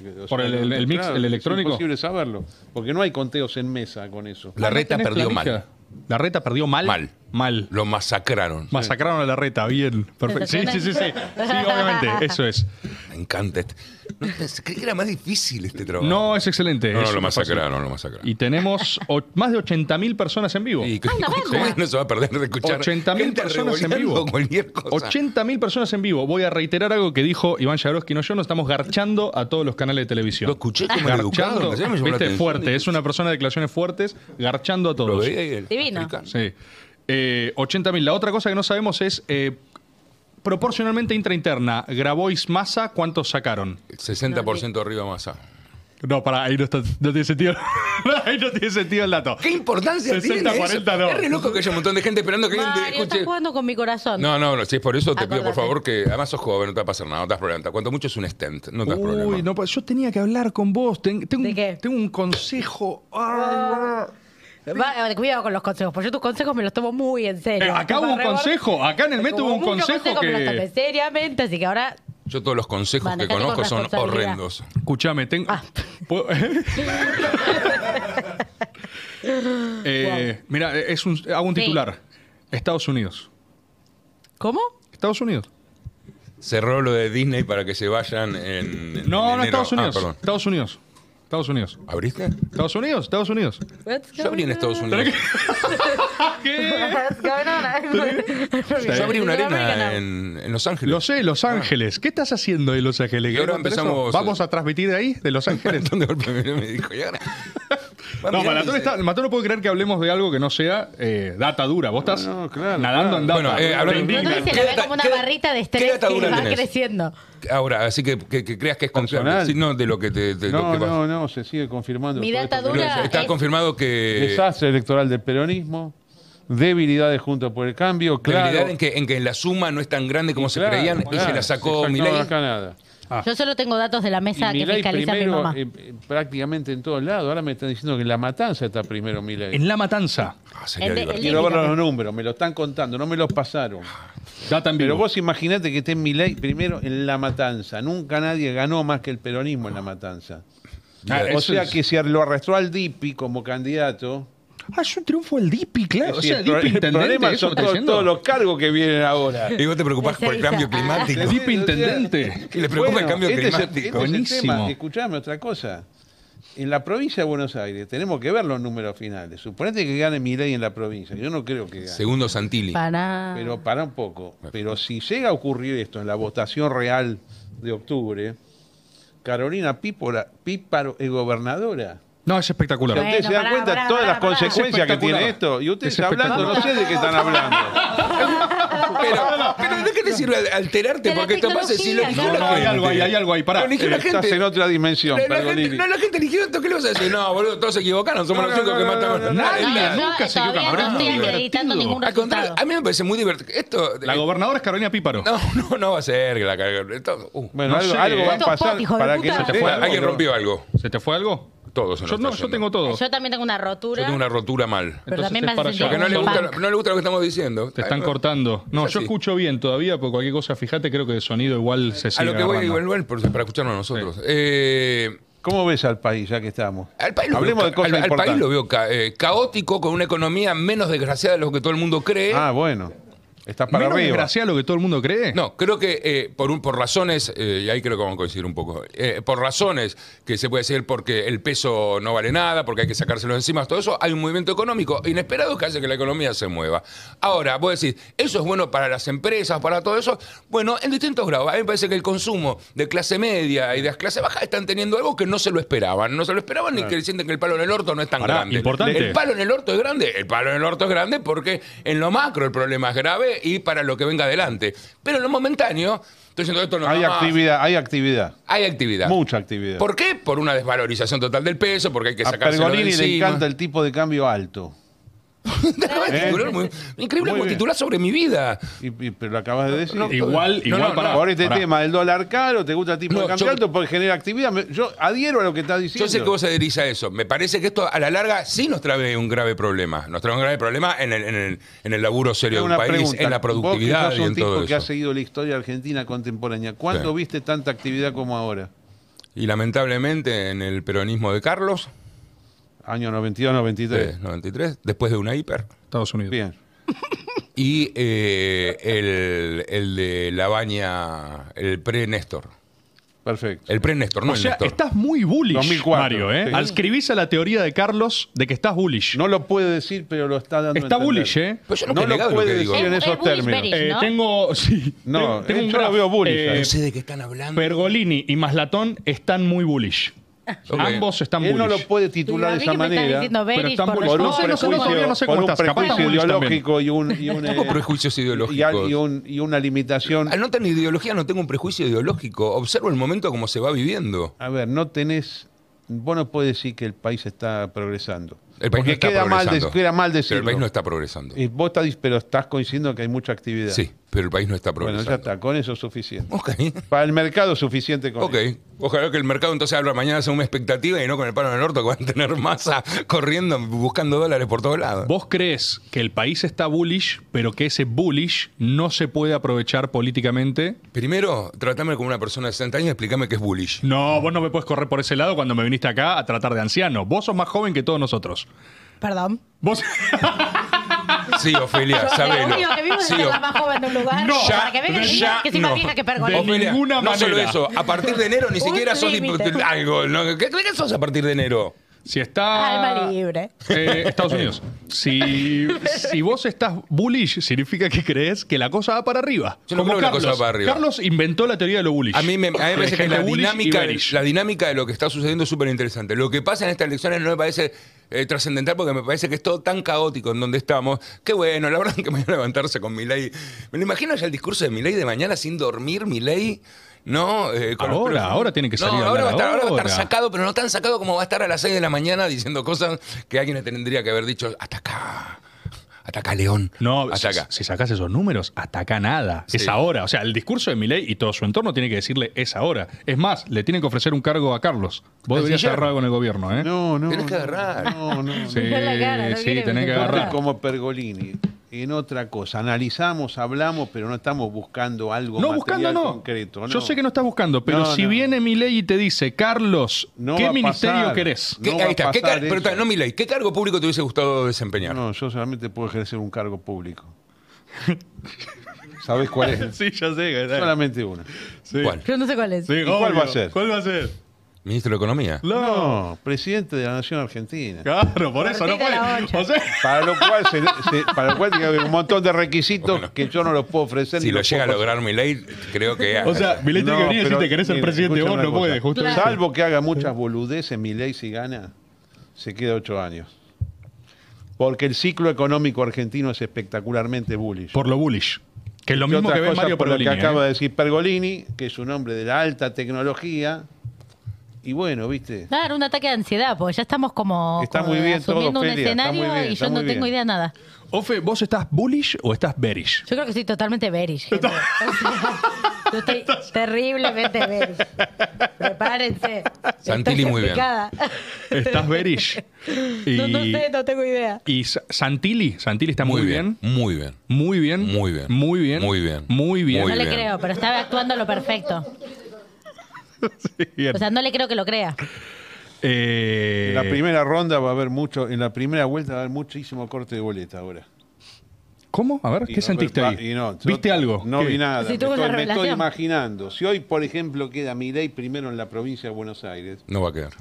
de- o
¿Por el- el- el mix, el electrónico?
Es imposible saberlo, porque no hay conteos en mesa con eso.
La reta
Ah, ¿Tenés
perdió
planilla?
mal.
¿La reta perdió mal?
Mal.
Mal.
Lo masacraron.
Masacraron a la reta, bien. Perfecto. Sí, sí, sí, sí. Sí, obviamente, eso es.
Me encanta. este- No, pensé- creí que era más difícil este trabajo.
No, es excelente.
no,
es
no, lo
súper fácil.
masacraron, lo masacraron.
Y tenemos o- más de 80.000 personas en vivo.
Y que-
Anda,
¿cómo
verga.
que no se va a perder de escuchar.
80.000
gente
personas en
revoleando
vivo.
Cualquier cosa.
80.000 personas en vivo. Voy a reiterar algo que dijo Iván Yagroski. No, yo no estamos garchando a todos los canales de televisión.
Lo escuché como
garchando.
educado. ayer me llamó la
Viste,
atención.
fuerte. Es una persona de declaraciones fuertes, garchando a
Lo
todos.
veía y el
Divino.
africano.
Sí. Eh, 80.000. La otra cosa que no sabemos es, eh, proporcionalmente intrainterna, Grabois Massa, ¿cuántos sacaron?
60% arriba masa.
No, para, ahí no, está- no tiene sentido. ahí no tiene sentido el dato.
¿Qué importancia
60,
tiene
40
eso?
no.
Es re loco que haya un montón de gente esperando que alguien te
Mario,
escuche.
estás jugando con mi corazón.
No, no, no, si es por eso te pido por
Acordate.
favor que además sos joven, no te va a pasar nada, no te das problema. Cuanto mucho es un stent, no te das problema.
Uy, no, pa- yo tenía que hablar con vos. Ten- tengo,
¿De
un-
qué?
tengo un consejo. Ah.
Va, eh, cuidado con los consejos, porque yo tus consejos me los tomo muy en serio.
Eh, acá hubo un
Barrebol-
consejo, acá en el Met
Hubo
hubo un
mucho
consejo
me
que-
los tomé seriamente, así que ahora
Yo todos los consejos que
Manejate con
conozco son
responsabilidad.
horrendos.
Escuchame, tengo.
Ah.
¿Puedo- Eh, Mira, es un, hago un
Sí.
titular. Estados Unidos.
¿Cómo?
Estados Unidos.
Cerró lo de Disney para que se vayan en. en
No, no,
enero.
Estados
Ah,
Unidos.
perdón.
Estados Unidos. Estados Unidos.
¿Abriste?
Estados Unidos, Estados Unidos.
Yo abrí en Estados Unidos.
Ah,
Yo abrí una arena en, en Los Ángeles.
Lo sé, Los Ángeles. ¿Qué estás haciendo de Los Ángeles?
Ah. Y ahora
¿Querés contar
empezamos- eh.
eso? ¿Vamos a transmitir de ahí, de Los Ángeles?
Entonces, de golpe me- me dijo, y ahora. Va,
No,
mirá,
Malatón,
dice-
está, Malatón no puede creer que hablemos de algo que no sea eh, data dura. Vos estás
No, no, claro,
nadando en data.
Bueno, eh, hablando-
Te indigna.
No
Digna.
se la ve
¿Qué
como una
data-
barrita de
qué
estrés que
datadura
va
tenés?
creciendo.
Ahora, así que, que- que creas que es confiable.
Personal.
Sí, no, de lo que te. de lo
No,
que pasa.
no, no, se sigue confirmando.
Mi
todo
data
esto.
No,
dura-
Está
es-
confirmado que.
Desastre electoral del peronismo, debilidades junto por el cambio, claro.
Debilidad en que, en que la suma no es tan grande como se
claro,
creían y
claro,
se la sacó
exacto,
Milei.
No, acá nada.
Yo solo tengo datos de la mesa que
Y Milei
fiscaliza mi
primero
mamá.
eh, eh, prácticamente en todos lados. Ahora me están diciendo que la matanza está primero Milei.
En La Matanza.
Ah, sería
El de- el
divertido.
Quiero ver
Límite.
los números, me lo están contando, no me los pasaron.
Data en vivo.
Pero vos imaginate que esté Milei primero en La Matanza. Nunca nadie ganó más que el peronismo en La Matanza.
Ah,
O
eso
sea
es-
que si lo arrastró al DIPI como candidato.
Ah, es un triunfo el DIPI, claro.
es
O
decir,
sea,
el pro-
DIPI
el
intendente,
problema
eso
son
está
todos,
diciendo.
todos los cargos que vienen ahora.
Y vos te preocupás por el cambio climático.
El DIPI intendente.
Y le preocupa el cambio
este es el-
climático.
este es el
Buenísimo.
tema. Escuchame otra cosa. En la provincia de Buenos Aires tenemos que ver los números finales. Suponete que gane Milei en la provincia. Yo no creo que gane.
Segundo Santilli.
Para.
Pero para un poco. Pero si llega a ocurrir esto en la votación real de octubre, Carolina Pípora, Píparo es gobernadora.
No, es espectacular.
O sea, ustedes
Bueno,
se dan
pará,
cuenta
pará,
todas
pará,
las
pará.
consecuencias que tiene
Espectacular.
esto. Y ustedes
Es
hablando, no sé de qué están hablando.
Pero, pero ¿de qué te sirve al- alterarte?
De la
Porque esto pasa si lo
tecnología,
eligió
No,
la
no, hay
gente.
algo ahí, hay algo ahí. Pará.
Lo eligió la
Estás en
gente.
otra dimensión,
La- la gente-
Pergolini.
No, la gente eligió esto. ¿Qué le vas a decir? No, boludo, todos se equivocaron. Somos
No,
los únicos
no,
que
no,
matamos.
no, no, no.
Nada,
Nadie,
nada.
yo
nunca se
todavía
equivoca.
no estoy
acreditando ningún
Al contrario,
resultado.
a mí me parece muy divertido. Esto. eh,
La gobernadora es Carolina Píparo.
No, no, no va a ser que la carga. esto- uh.
Bueno,
No
algo,
sé.
algo va a
¿Cuántos
pasar
pot, hijo de
para
puta?
que eso
Se te
sea
fue,
algo,
Alguien
¿no?
rompió algo.
¿Se te fue algo?
Todos. se nos
Yo, no,
está
yo
yendo.
tengo todo.
Yo también tengo una rotura.
Yo tengo una rotura mal.
Pero
Entonces
también
es
me
para
hace
allá.
Porque
sentir
no le,
como
gusta,
punk.
no le gusta lo que estamos diciendo.
Te están
Ay,
cortando. No,
Es
yo
así.
escucho bien todavía, porque cualquier cosa, fíjate, creo que de sonido igual se
A
sigue
lo que voy,
agarrando.
igual, igual, por- para escucharnos nosotros. Eh,
¿Cómo ves al país ya que estamos?
al país lo
Hablemos
veo, ca-
de cosas
al- al
importantes.
país lo veo ca- eh, caótico, con una economía menos desgraciada de lo que todo el mundo cree.
Ah, bueno. Está para
¿Menos
arriba.
desgraciado lo que todo el mundo cree?
No, creo que eh, por, un, por razones, eh, y ahí creo que vamos a coincidir un poco, eh, por razones que se puede decir porque el peso no vale nada, porque hay que sacárselo de encima, todo eso, hay un movimiento económico inesperado que hace que la economía se mueva. Ahora, vos decís, ¿eso es bueno para las empresas, para todo eso? Bueno, en distintos grados. A mí me parece que el consumo de clase media y de clase baja están teniendo algo que no se lo esperaban. No se lo esperaban ni que sienten que el palo en el orto no es tan
Pará,
grande.
importante.
El palo en el orto es grande. El palo en el orto es grande porque en lo macro el problema es grave y para lo que venga adelante. Pero en lo momentáneo, estoy diciendo esto no
Hay
da más.
actividad, hay actividad.
Hay actividad.
Mucha actividad.
¿Por qué? Por una desvalorización total del peso, porque hay que
a
sacarse
Pergolini le encanta el tipo de cambio alto.
Increíble
Muy
como
bien.
titular sobre mi vida.
Y- y- pero lo acabas de decir.
Igual,
No,
igual
no, no.
para.
Por este tema del dólar caro, te gusta el tipo
No,
de cambio
yo-
alto porque genera actividad. Me- Yo adhiero a lo que estás diciendo.
Yo sé que vos adherís a eso. Me parece que esto a la larga sí nos trae un grave problema. Nos trae un grave problema en el, en el, en el laburo serio
Tengo
de un
una
país,
pregunta.
en la
Vos
productividad
que
y
sos un
en
tipo
todo
que ha
eso.
seguido la historia argentina contemporánea. ¿Cuándo
Sí.
viste tanta actividad como ahora?
Y lamentablemente en el peronismo de Carlos,
Año 92, 93.
de 93, después de una hiper,
Estados Unidos.
Bien.
y eh, el, el de la baña, el pre-Néstor.
Perfecto.
El pre-Néstor, no
O
el
sea,
Néstor.
estás muy bullish,
2004,
Mario. ¿eh?
sí.
Adscribís a la teoría de Carlos de que estás bullish.
No lo puede decir, pero lo está dando. a
Está
entender.
bullish, ¿eh?
Pero yo
No
he
lo
negado
puede
que digo.
decir en
Es-
esos
es bullish
términos.
bearish.
Eh,
¿no?
Tengo, sí,
No,
tengo- tengo
eh,
un
yo lo
graf.
veo bullish,
Eh,
eh.
No sé de qué están hablando.
Pergolini y Maslatón están muy bullish.
Ok.
Ambos están
Él
bullish.
no lo puede
A
titular de
mí
esa
que me están
manera.
diciendo bearish
están
por
bullish.
Por
los
un
No sé, no sé, no, todavía no
prejuicio,
sé
por
cómo
un
estás. Capaz estás
prejuicio
bullish también.
ideológico y un. Y un eh,
Tengo prejuicios
y al-
ideológicos.
y un- y una limitación.
Al no tener ideología no tengo un prejuicio ideológico. Observo el momento como se va viviendo.
A ver, no tenés. Vos no puedes decir que el país está progresando.
El país
Porque
no está
queda, mal
progresando.
de- queda mal
Pero
decirlo.
el país no está progresando.
Y vos estás, pero estás coincidiendo que hay mucha actividad.
Sí, pero el país no está
Bueno,
progresando.
ya está. Con eso es suficiente.
Ok.
Para el mercado es suficiente con
Ok,
eso.
ojalá que el mercado entonces abra mañana sea una expectativa y no con el palo en el orto que van a tener masa corriendo buscando dólares por todos lados.
¿Vos crees que el país está bullish, pero que ese bullish no se puede aprovechar políticamente?
Primero, tratame como una persona de 60 años y explícame qué es bullish.
No, vos no me puedes correr por ese lado cuando me viniste acá a tratar de anciano. Vos sos más joven que todos nosotros.
Perdón.
Vos.
Sí, Ofelia, sabelo.
Lo único que vivo es
Sí,
ser
o-
la más joven de un lugar.
No,
para que vengan y digan que soy más vieja que Pergolini.
De
Ofelia,
ninguna
No solo
manera.
eso, a partir de enero ni
Un
siquiera sos dip-
límite.
algo. ¿no? ¿Qué, ¿Qué sos a partir de enero?
Si está.
Alma libre.
Eh, Estados Unidos. Si, si vos estás bullish, significa que crees que la cosa va para arriba.
Yo no creo que la cosa va para arriba.
Carlos inventó la teoría de lo bullish.
A mí me, a mí me
De
parece que
gente
la
bullish y
dinámica,
bearish.
la dinámica de lo que está sucediendo es súper interesante. Lo que pasa en estas elecciones no me parece eh, trascendental porque me parece que es todo tan caótico en donde estamos. Qué bueno, la verdad que mañana levantarse con Milei. Me lo imagino ya el discurso de Milei de mañana sin dormir, Milei. No, Eh, los
Ahora,
prof-
ahora tiene que
No,
salir a
ahora, va
hablar,
a estar, ahora va a estar
ahora.
sacado, pero no tan sacado como va a estar a las 6 de la mañana diciendo cosas que alguien le tendría que haber dicho hasta acá. Hasta acá, León.
No, si,
hasta acá.
si sacás esos números, ataca nada.
Sí.
Es ahora. O sea, el discurso de Milei y todo su entorno tiene que decirle es ahora. Es más, le tienen que ofrecer un cargo a Carlos. Vos deberías
Canciller.
agarrar algo en el gobierno, ¿eh?
No, no.
Tenés que
no,
agarrar.
No, no.
Sí,
Mirá la cara, no
sí,
quiere
tenés que
meter
agarrar.
Nosotros como Pergolini, en otra cosa, analizamos, hablamos, pero no estamos buscando algo
No, buscando
material
no.
concreto.
Yo sé que no estás buscando, pero
No,
si
no.
viene Milei y te dice, Carlos,
No va
¿qué
a
ministerio
pasar.
querés?
¿Qué-
no va
ahí
a
está. ¿Qué
pasar
car- pero
eso.
está, no, Milei, ¿qué cargo público te hubiese gustado desempeñar?
No, yo solamente puedo ejercer un cargo público. ¿Sabés cuál es?
Sí, ya sé.
Solamente uno.
Sí.
¿Cuál?
Yo no sé cuál es.
Sí,
cuál
obvio.
va a ser?
¿Cuál va a ser?
Ministro de Economía.
No, presidente de la Nación Argentina.
Claro, por eso no
Cortita la
puede.
olla.
O sea,
Para lo cual, se- se- para lo cual tiene que haber un montón de requisitos
Bueno.
que yo no los puedo ofrecer.
Si
ni
lo
los
llega a
puedo
lograr mi ley, creo que.
o sea Milei tiene que
No,
venir y
pero,
decirte, querés ser
mira,
presidente vos,
escuchame
no
una
puede.
cosa.
Justo
Claro.
eso.
Salvo que haga muchas boludeces, mi ley si gana, se queda ocho años. Porque el ciclo económico argentino es espectacularmente bullish.
Por lo bullish. Que es lo
Entre
mismo que
otras
ve
cosas,
Mario
por lo que
Pergolini. ¿eh?
acaba de decir Pergolini, que es un hombre de la alta tecnología. Y bueno, viste.
Claro, un ataque de ansiedad, porque ya estamos como,
Está
como
muy bien todo,
asumiendo un
Ofelia, está
escenario
muy bien,
y
está
yo no
muy
tengo
bien.
idea de nada.
Ofe, ¿vos estás bullish o estás bearish?
Yo creo que soy totalmente bearish. gente. Yo estoy
Terriblemente bearish. Prepárense.
Santilli
Estoy
muy bien.
picada.
Estás bearish. Y,
No, no sé, no tengo idea.
y Sa- Santilli, Santilli está muy, bien.
Muy bien.
Muy bien.
Muy bien.
Muy bien.
Muy bien.
Muy bien.
no
Muy
le
bien.
creo, pero estaba actuando a lo perfecto.
Bien.
O sea, no le creo que lo crea.
Eh,
En la primera ronda va a haber mucho, en la primera vuelta va a haber muchísimo corte de boleta ahora.
¿Cómo? A ver,
Y
¿qué
no,
sentiste
pero-
ahí?
y no, yo
¿Viste algo?
No
¿Qué?
vi nada.
Si
me
tuvo
estoy,
una
me estoy
revelación.
imaginando. Si hoy, por ejemplo, queda Milei primero en la provincia de Buenos Aires,
No va a quedar.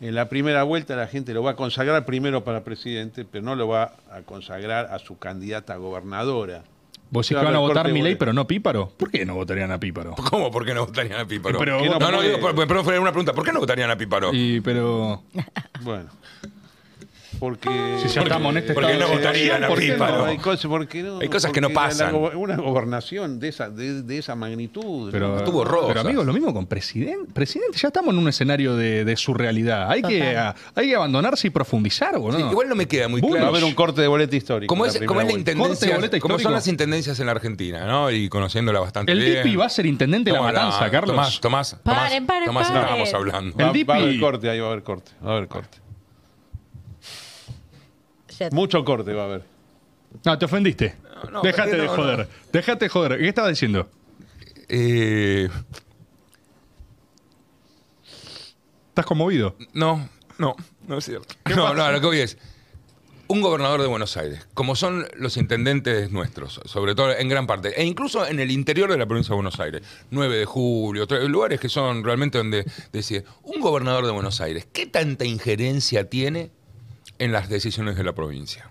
en la primera vuelta la gente lo va a consagrar primero para presidente, pero no lo va a consagrar a su candidata a gobernadora.
¿Vos decís
Claro,
que van a
el
votar
corte
Milei
boleta.
pero no Píparo? ¿Por qué no votarían a Píparo?
¿Cómo? ¿Por qué no votarían a Píparo?
Pero-
Que no
no, no,
puede.
digo, pero, pero fue una pregunta. ¿Por qué no votarían a Píparo?
Y pero
Bueno. Porque.
si ya
Porque-
estamos en este
porque
estado
no
de-
votarían a
¿por qué
Píparo.
no?
Hay cosas, porque no,
Hay cosas que no
porque la-
pasan.
la gober- una gobernación de esa, de, de esa magnitud.
Pero,
Estuvo Rosas.
pero amigo, lo mismo con presidente. Presidente, ya estamos en un escenario de, de surrealidad. Hay que,
Total.
a- hay que abandonarse y profundizar, ¿no?
Sí, igual no me queda muy
Bullish.
Va a
claro.
haber un corte de boleta histórico.
¿Cómo es,
primera
cómo es la
vuelta.
Corte de boleta
intendencia? ¿Cómo son
histórico.
las intendencias en la Argentina? ¿no? Y conociéndola bastante
El
bien.
Dipi va a ser intendente de la
Estamos
matanza,
hablando-
Carlos.
Tomás, Tomás, Tomás,
Paren, paren,
Tomás,
paren.
estábamos hablando.
El
Va, va a haber
DP.
corte, ahí va a haber corte. Va a haber corte.
Shit.
Mucho corte va a haber.
No, te ofendiste.
No, no,
Dejate
pero
de
no,
joder. Dejate de joder. ¿Qué estaba diciendo?
Eh,
¿Estás conmovido?
no, no, no es cierto. No, no, lo que voy es. Un gobernador de Buenos Aires, como son los intendentes nuestros, sobre todo en gran parte, e incluso en el interior de la provincia de Buenos Aires, 9 de julio, tres- lugares que son realmente donde decir, un gobernador de Buenos Aires, ¿qué tanta injerencia tiene en las decisiones de la provincia?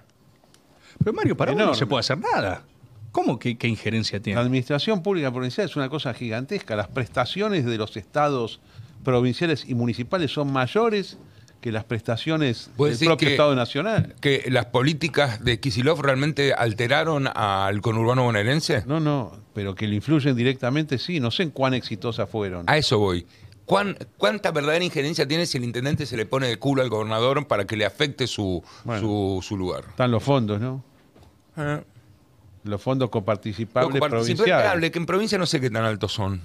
Pero Mario, para uno no
Enorme.
se puede hacer nada. ¿Cómo que qué injerencia
La
tiene?
administración pública provincial es una cosa gigantesca. Las prestaciones de los estados provinciales y municipales son mayores que las prestaciones
¿Vos
del
decís
propio
que-
Estado Nacional.
que las políticas de Kisilov realmente alteraron al conurbano bonaerense?
No, no, pero que le influyen directamente, sí. No sé en cuán exitosas fueron.
A eso voy. ¿Cuán- ¿Cuánta verdadera injerencia tiene si el intendente se le pone de culo al gobernador para que le afecte su,
Bueno.
su, su lugar?
Están los fondos, ¿no?
Eh,
Los fondos
Lo
coparticipables provinciales.
participable, que en provincia no sé qué tan altos son.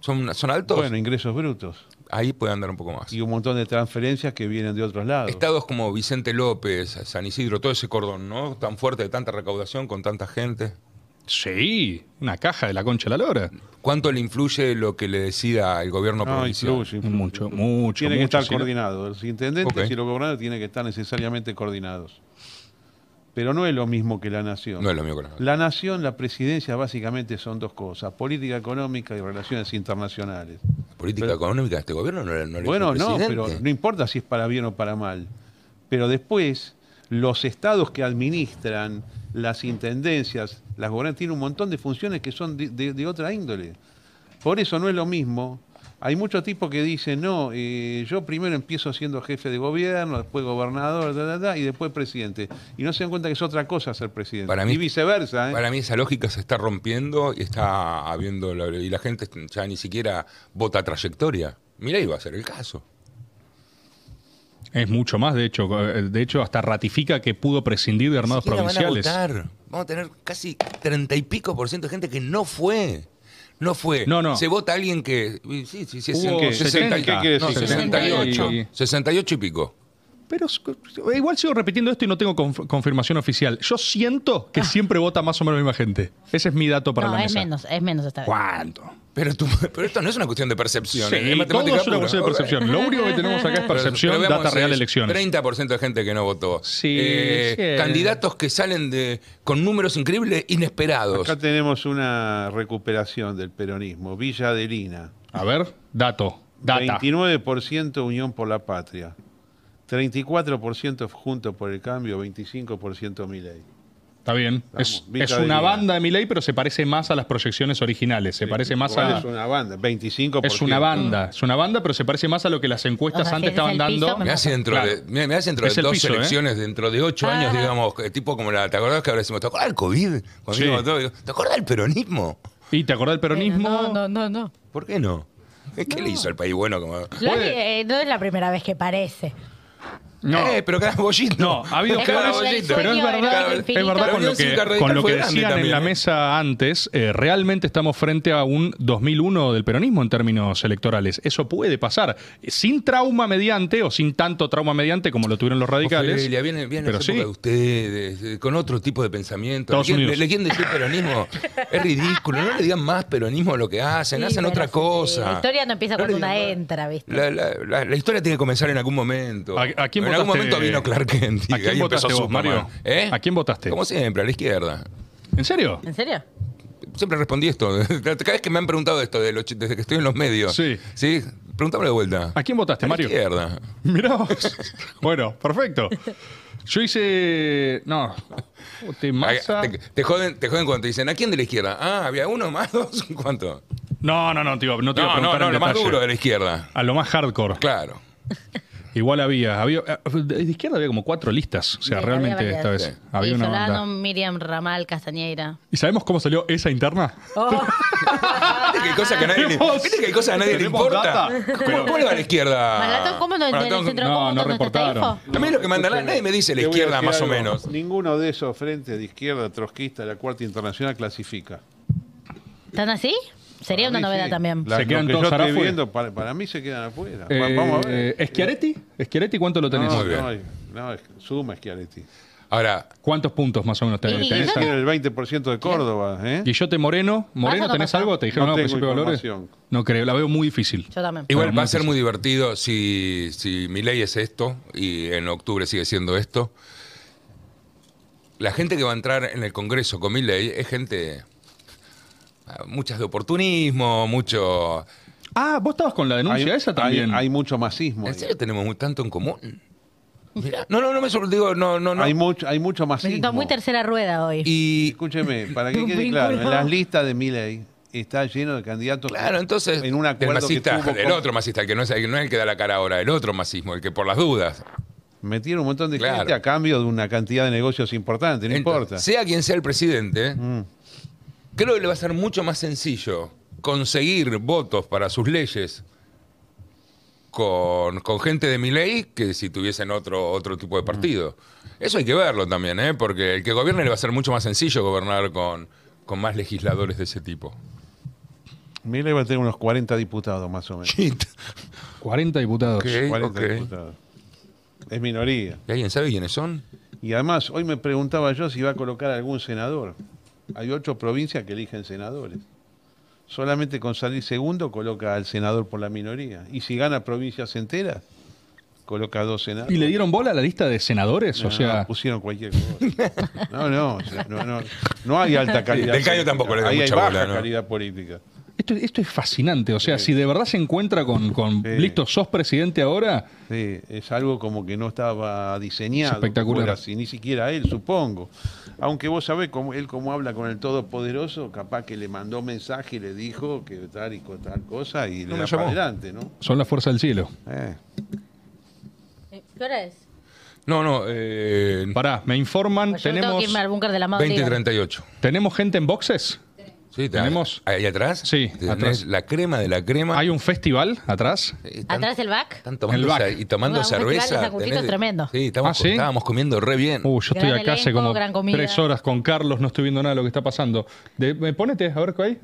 ¿Son, son altos?
Bueno, ingresos brutos.
Ahí puede andar un poco más.
Y un montón de transferencias que vienen de otros lados.
Estados como Vicente López, San Isidro, todo ese cordón, ¿no? Tan fuerte, de tanta recaudación, con tanta gente.
Sí, una caja de la concha de la lora.
¿Cuánto le influye lo que le decida el gobierno
No,
provincial?
influye, influye.
Mucho, mucho.
Tiene que
mucho,
estar
si no-
coordinado. Los intendentes
Ok.
y los gobernadores tienen que estar necesariamente coordinados. Pero no es lo mismo que la nación.
No es lo mío con la-
La nación, la presidencia, básicamente son dos cosas: política económica y relaciones internacionales.
política
Pero-
económica de este gobierno no, la- no la
Bueno,
hizo
no,
el
pero
presidente.
no importa si es para bien o para mal. Pero después, los estados que administran las intendencias, las gobernantes, tienen un montón de funciones que son de, de- de otra índole. Por eso no es lo mismo. Hay muchos tipos que dicen, no, eh, yo primero empiezo siendo jefe de gobierno, después gobernador, ta, ta, ta, y después presidente. Y no se dan cuenta que es otra cosa ser presidente.
Para mí-
y viceversa. ¿eh?
Para mí esa lógica se está rompiendo y está habiendo la- y la gente ya ni siquiera vota trayectoria. Mira, iba a ser el caso.
Es mucho más, de hecho. Eh, De hecho, hasta ratifica que pudo prescindir de armados
Siquiera
provinciales.
Van a votar. Vamos a tener casi treinta y pico por ciento de gente que no fue. No fue.
No, no.
Se vota alguien que. y Sí, sí, sí.
Hubo
sesenta-
¿qué?
sesenta-
70.
¿Qué quiere
no,
decir?
68.
68.
68 y pico.
Pero eh, igual sigo repitiendo esto y no tengo conf- confirmación oficial. Yo siento que siempre vota más o menos la misma gente. Ese es mi dato para
Ah. no,
la
es
mesa.
menos, es menos esta vez.
¿Cuánto?
Pero, tú- pero esto no es una cuestión de
Sí,
percepción. ¿eh? es
todo
matemática
es una
pura.
cuestión de percepción. Lo único que tenemos acá es percepción,
Pero veamos,
data real,
es
elecciones.
30% de gente que no votó. Eh,
Sí, sí.
Candidatos que salen de con números increíbles inesperados.
Acá tenemos una recuperación del peronismo. Villa Adelina.
A ver, dato. Data.
29% Unión por la Patria, 34% Juntos por el Cambio, 25% Milei.
Está bien. Es,
Vamos, Vita
es
de
una
Liga.
banda de Milei, pero se parece más a las proyecciones originales. Se parece más
Igual
a.
Es una banda, 25%.
Es una banda, es una banda, pero se parece más a lo que las encuestas
O sea,
antes
que es
estaban
el
dando.
piso
Me hace dentro
Claro.
de, mirá, mirá, hace dentro
Es
de
el
dos
piso, ¿eh?
elecciones, dentro de ocho años, digamos, eh, tipo como la. ¿Te acordás que ahora decimos, ¿te acordás del COVID? Cuando
Sí.
vino todo, digo, ¿Te acordás del peronismo?
¿Y te acordás del peronismo?
No, no, no, no.
¿Por qué no? ¿Qué le hizo al país bueno? Como,
Loli, eh, no es la primera vez que parece.
No.
Eh, pero cada bollito.
No, ha habido
Es
peores,
como el sueño
pero es
del
verdad,
hombre
es
infinito.
verdad con
Pero
lo
Dios,
que,
el Cardenal
con lo
fue
que
grande
decían en
también,
la
¿eh?
mesa antes, eh, realmente estamos frente a un 2001 del peronismo en términos electorales. Eso puede pasar, eh, sin trauma mediante o sin tanto trauma mediante como lo tuvieron los radicales.
Ofelia, viene, viene
pero
esa
sí,
época de ustedes, eh, con otro tipo de pensamiento.
Estados
¿Le quieren,
Unidos.
le quieren decir peronismo? es ridículo. No le digan más peronismo a lo que hacen.
Sí,
hacen
pero
otra
sí,
cosa.
la historia no empieza
le
cuando
digan
una
más.
entra, ¿viste?
La, la- la- la historia tiene que comenzar en algún momento.
¿A- a quién
en algún
votaste?
momento vino Clark Kent. y
¿A quién
ahí empezó
votaste vos,
Superman.
Mario?
¿Eh?
¿A quién votaste?
Como siempre, a la izquierda.
¿En serio?
¿En serio?
Siempre respondí esto. Cada vez que me han preguntado esto de los ch- desde que estoy en los medios.
Sí.
Sí, pregúntame de vuelta.
¿A quién votaste,
A la
Mario?
izquierda.
Mirá vos. Bueno, perfecto. Yo hice. No. Te masa.
Ay, Te, te joden, te joden cuando te dicen, ¿a quién de la izquierda? Ah, había uno más, dos, ¿cuánto?
No, no, no, te iba, no te iba a
No, no,
preguntar
no,
en
lo más
detalle.
duro de la izquierda.
A lo más hardcore.
Claro.
Igual había, había. eh, De izquierda había como cuatro listas. O sea,
Sí,
realmente
había
esta
varias.
vez.
Sí.
Había
Sí,
una
Solano,
banda.
Miriam Ramal, Castañeira.
¿Y sabemos cómo salió esa interna?
Viste que hay cosas que a nadie le,
Tenemos-
viste que hay cosas que a nadie le
tenemos
importa.
data.
¿Cómo, cómo le va a la izquierda?
Maratón, ¿cómo no,
Maratón-
el centro
Ah. no,
cómo
no
está
reportaron.
Taifo?
A mí lo que me andará, nadie me dice la
Te voy a
izquierda,
decir
más o
algo.
menos.
Ninguno de esos frentes de izquierda, trotskista, la cuarta internacional clasifica.
¿Están así? Sería
Para
una
mí,
novedad
sí.
también.
La-
Se
lo
quedan
que
todos
yo estoy
afuera.
viendo, para, para mí se quedan afuera. Va- Vamos a ver.
Eh, ¿Schiaretti? ¿Schiaretti cuánto lo tenés?
no,
muy bien.
no, no, es- suma Schiaretti.
Ahora,
¿Cuántos puntos más o menos tenés?
Y-
¿Tenés
y-
algo?
Tiene el 20% de Córdoba, ¿eh?
Guillote Moreno. ¿Moreno
¿Pasa o no
tenés
pasa?
algo? ¿Te dijeron
No
algo
tengo
principio de valores?
información.
No creo, la veo muy difícil.
Yo también.
igual
Pero
va a
muy
ser
difícil.
muy divertido si, si mi ley es esto y en octubre sigue siendo esto. La gente que va a entrar en el Congreso con mi ley es gente. ah, Muchas de oportunismo, mucho.
Ah, vos estabas con la denuncia esa también.
hay- hay mucho masismo.
¿En
ahí.
serio tenemos muy tanto en común? Mirá, no, no, no me sorprendió. No, no, no.
Hay mucho, hay mucho
Me
masismo.
siento muy tercera rueda hoy.
Y
Escúcheme, para que
Un
quede
vínculo.
claro, en las listas de Miley está lleno de candidatos.
Claro, entonces.
En un acuerdo
del masista,
que tuvo
el
con-
otro masista, el que no es, el que no es el que da la cara ahora, el otro masismo, el que por las dudas.
Metieron un montón de
Claro.
gente a cambio de una cantidad de negocios importante, no
Entonces,
importa. Mm.
Sea quien sea el presidente, creo que le va a ser mucho más sencillo conseguir votos para sus leyes con, con gente de mi ley que si tuviesen otro, otro tipo de
Mm.
partido. Eso hay que verlo también, ¿eh? porque el que gobierne le va a ser mucho más sencillo gobernar con, con más legisladores de ese tipo.
Miley va a tener unos 40 diputados más o menos.
40 diputados.
Ok,
40
ok.
diputados. Es minoría.
¿Y alguien sabe quiénes son?
Y además, hoy me preguntaba yo si iba a colocar algún senador. Hay ocho provincias que eligen senadores. Solamente con salir segundo coloca al senador por la minoría. Y si gana provincias enteras, coloca a dos senadores.
¿Y le dieron bola a la lista de senadores? o
No, pues-
sea,
pusieron cualquier cosa. No, no, o sea, no, no, no hay alta calidad.
Del Caño
política.
tampoco le da
Ahí
mucha
hay baja
bola, ¿no?
calidad política.
esto, esto es fascinante. O sea, si de verdad se encuentra con, con
Sí.
listo, sos presidente ahora,
Sí, es algo como que no estaba diseñado.
Es espectacular.
fuera así, ni siquiera él, supongo. Aunque vos sabés, como, él como habla con el Todopoderoso, capaz que le mandó mensaje y le dijo que tal y co- tal cosa y
No
le
me
da para
llamó.
adelante, ¿no?
son la fuerza del cielo.
Eh,
Eh, ¿Qué hora es?
No, no, eh,
Pará, me informan,
Pues yo tengo
tenemos,
que irme al búnker de la madre.
2038.
¿tenemos gente en boxes?
Sí,
¿Tenemos?
¿Ahí atrás?
Sí,
Tenés
atrás.
La crema de la crema.
¿Hay un festival atrás?
Sí, están-
¿Atrás el back?
Están tomando
El back.
cer- y tomando
Una- un festival de
cerveza.
sanguchitos
tenés-
tremendo.
Sí, estamos,
Ah, ¿sí?
estábamos comiendo re bien.
Uh, yo estoy
Gran
acá hace
elenco,
como
gran comida.
tres horas con Carlos, no estoy viendo nada de lo que está pasando. De- me- ponete, a ver qué hay.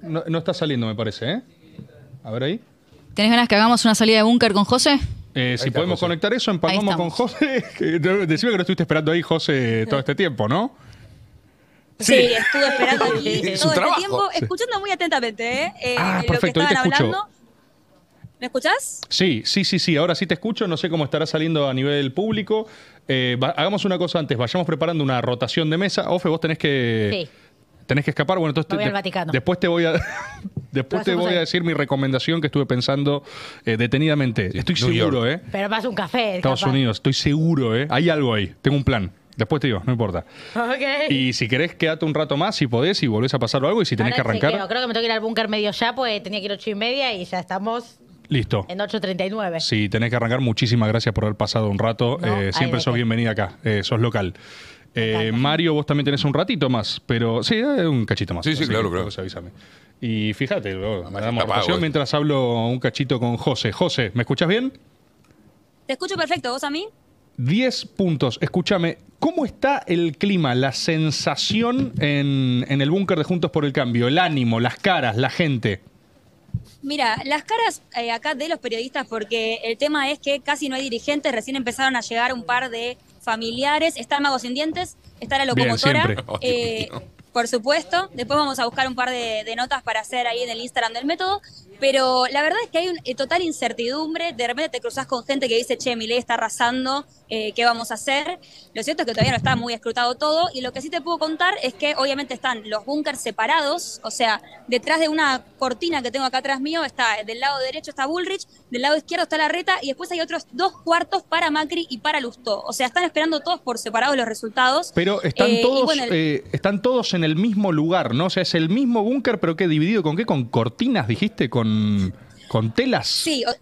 No, no está saliendo, me parece, ¿eh? A ver ahí.
¿Tenés ganas que hagamos una salida de búnker con José?
Eh, si
está,
podemos
José.
conectar eso, empalmamos con
estamos.
José. Que- Decime que no estuviste esperando ahí, José, todo este tiempo, ¿no?
Sí, estuve esperando aquí
Es su
todo
trabajo.
este tiempo, escuchando muy atentamente, ¿eh? Eh,
Ah,
lo
perfecto,
que
ahí te
estaban
escucho.
hablando. ¿Me escuchás?
Sí, sí, sí, sí. Ahora sí te escucho. No sé cómo estará saliendo a nivel público. Eh, va- hagamos una cosa antes. Vayamos preparando una rotación de mesa. Ofe, vos tenés que
Sí.
tenés que escapar. Bueno, entonces
Me voy
te-
al Vaticano.
después te voy a
Lo
después te
hacemos
voy a
ahí.
decir mi recomendación que estuve pensando eh, detenidamente. Estoy
New
seguro, ¿eh?
Pero más un café.
Estados
capaz.
Unidos. Estoy seguro, ¿eh? Hay algo ahí. Tengo un plan. Después te digo, no importa.
Ok.
Y si querés, quédate un rato más, si podés, y volvés a pasar algo. Y si tenés que
Ahora
arrancar,
chequeo. Creo que me tengo que ir al búnker medio ya, pues tenía que ir ocho y media y ya estamos
listo.
en 8.39.
Si tenés que arrancar, muchísimas gracias por haber pasado un rato.
No,
Eh,
ahí
siempre
de
sos
qué.
bienvenida acá, eh, sos local. Eh, Mario, vos también tenés un ratito más, pero sí, eh, un cachito más.
Sí, sí,
Así
claro,
que
claro.
vos avísame. Y fíjate, luego
Además
damos
está pago
rotación
esto.
mientras hablo un cachito con José. José, ¿me escuchás bien?
Te escucho perfecto, ¿vos a mí?
10 puntos. Escúchame, ¿cómo está el clima, la sensación en, en el búnker de Juntos por el Cambio? El ánimo, las caras, la gente.
Mira, las caras eh, acá de los periodistas, porque el tema es que casi no hay dirigentes, recién empezaron a llegar un par de familiares, está el Mago Sin Dientes, está la
Bien,
locomotora,
siempre.
eh, por supuesto, después vamos a buscar un par de, de notas para hacer ahí en el Instagram del método, pero la verdad es que hay un, eh, total incertidumbre, de repente te cruzas con gente que dice, che, Milei está arrasando, eh, qué vamos a hacer. Lo cierto es que todavía no está muy escrutado todo y lo que sí te puedo contar es que obviamente están los búnkers separados, o sea, detrás de una cortina que tengo acá atrás mío está eh, del lado derecho está Bullrich, del lado izquierdo está Larreta y después hay otros dos cuartos para Macri y para Lustó. O sea, están esperando todos por separado los resultados.
Pero están
Eh, y
todos
bueno, el-
eh, están todos en el mismo lugar, ¿no? O sea, es el mismo búnker, pero ¿qué? ¿Dividido con qué? ¿Con cortinas, dijiste? ¿Con, con telas?
Sí, o-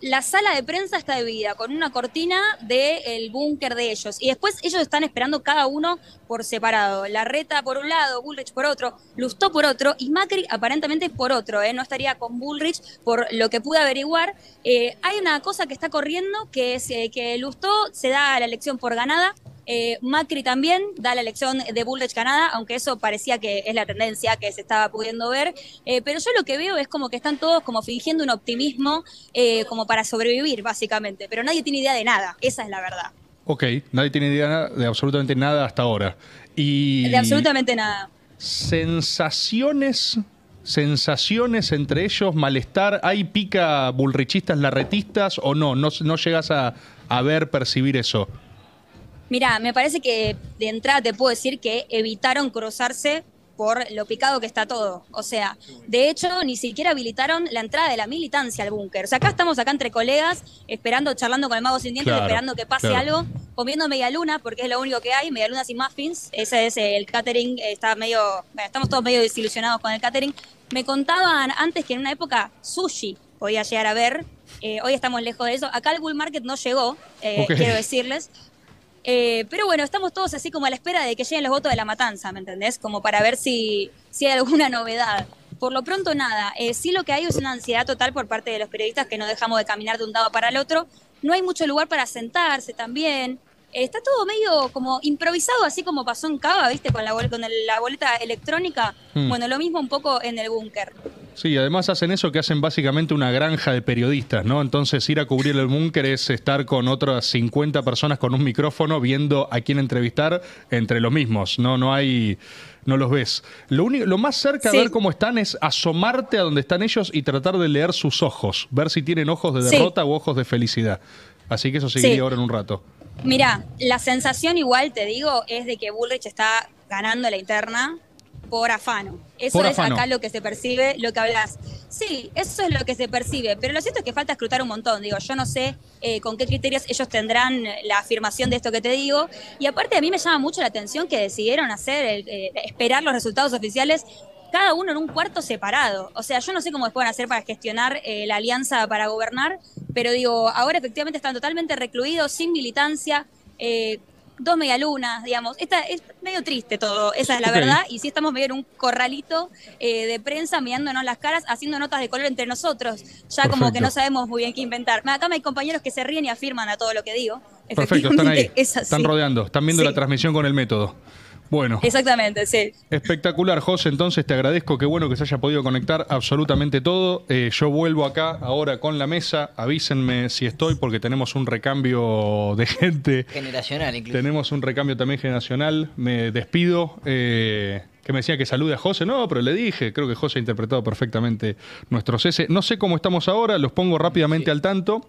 la sala de prensa está dividida con una cortina del búnker de ellos. Y después ellos están esperando cada uno por separado. La reta por un lado, Bullrich por otro, Lustó por otro y Macri aparentemente por otro. ¿eh? No estaría con Bullrich por lo que pude averiguar. Eh, hay una cosa que está corriendo que es eh, que Lustó se da la elección por ganada. Eh, Macri también da la elección de Bullrich ganada, aunque eso parecía que es la tendencia que se estaba pudiendo ver. Eh, pero yo lo que veo es como que están todos como fingiendo un optimismo eh, como para sobrevivir, básicamente. Pero nadie tiene idea de nada, esa es la verdad.
Ok, nadie tiene idea de absolutamente nada hasta ahora. Y
De absolutamente nada.
sensaciones, sensaciones entre ellos, malestar. ¿Hay pica bulrichistas, larretistas o no? No, no llegas a, a ver, percibir eso.
Mira, me parece que de entrada te puedo decir que evitaron cruzarse por lo picado que está todo. O sea, de hecho, ni siquiera habilitaron la entrada de la militancia al búnker. O sea, acá estamos acá entre colegas, esperando, charlando con el mago sin dientes,
Claro,
esperando que pase
claro.
algo, comiendo media luna, porque es lo único que hay, media luna sin muffins. Ese es eh, el catering, eh, está medio, bueno, estamos todos medio desilusionados con el catering. Me contaban antes que en una época sushi podía llegar a ver. Eh, hoy estamos lejos de eso. Acá el Bull Market no llegó, eh,
Ok.
quiero decirles. Eh, pero bueno, estamos todos así como a la espera de que lleguen los votos de la matanza, ¿me entendés? Como para ver si, si hay alguna novedad. Por lo pronto nada. Eh, sí lo que hay es una ansiedad total por parte de los periodistas que no dejamos de caminar de un lado para el otro. No hay mucho lugar para sentarse también. Eh, está todo medio como improvisado, así como pasó en Cava, ¿viste? Con la, bol- con el- la boleta electrónica.
Hmm.
Bueno, lo mismo un poco en el búnker.
Sí, además hacen eso que hacen básicamente una granja de periodistas, ¿no? Entonces ir a cubrir el búnker es estar con otras 50 personas con un micrófono viendo a quién entrevistar entre los mismos, ¿no? No hay... No los ves. Lo, único, lo más cerca
Sí.
a ver cómo están es asomarte a donde están ellos y tratar de leer sus ojos, ver si tienen ojos de
Sí.
derrota u ojos de felicidad. Así que eso seguiría
Sí.
ahora en un rato.
Mira, la sensación igual, te digo, es de que Bullrich está ganando la interna por afano. Eso
Por
es
afano.
acá lo que se percibe, lo que hablas. Sí, eso es lo que se percibe, pero lo cierto es que falta escrutar un montón. Digo, yo no sé eh, con qué criterios ellos tendrán la afirmación de esto que te digo. Y aparte, a mí me llama mucho la atención que decidieron hacer, el, eh, esperar los resultados oficiales cada uno en un cuarto separado. O sea, yo no sé cómo pueden hacer para gestionar eh, la alianza para gobernar, pero digo, ahora efectivamente están totalmente recluidos, sin militancia, eh, dos medialunas, digamos. Esta, es medio triste todo, esa es la
Ok.
verdad, y sí estamos medio en un corralito eh, de prensa mirándonos las caras, haciendo notas de color entre nosotros, ya como
Perfecto.
que no sabemos muy bien qué inventar. Acá me hay compañeros que se ríen y afirman a todo lo que digo.
Perfecto, están ahí.
Efectivamente, es así.
Están rodeando, están viendo
Sí.
la transmisión con el método. Bueno.
Exactamente, sí.
Espectacular, José. Entonces te agradezco. Qué bueno que se haya podido conectar absolutamente todo. Eh, yo vuelvo acá ahora con la mesa. Avísenme si estoy porque tenemos un recambio de gente.
Generacional, incluso.
Tenemos un recambio también generacional. Me despido. eh, que me decía que salude a José. No, pero le dije. Creo que José ha interpretado perfectamente nuestro cese. No sé cómo estamos ahora. Los pongo rápidamente al tanto.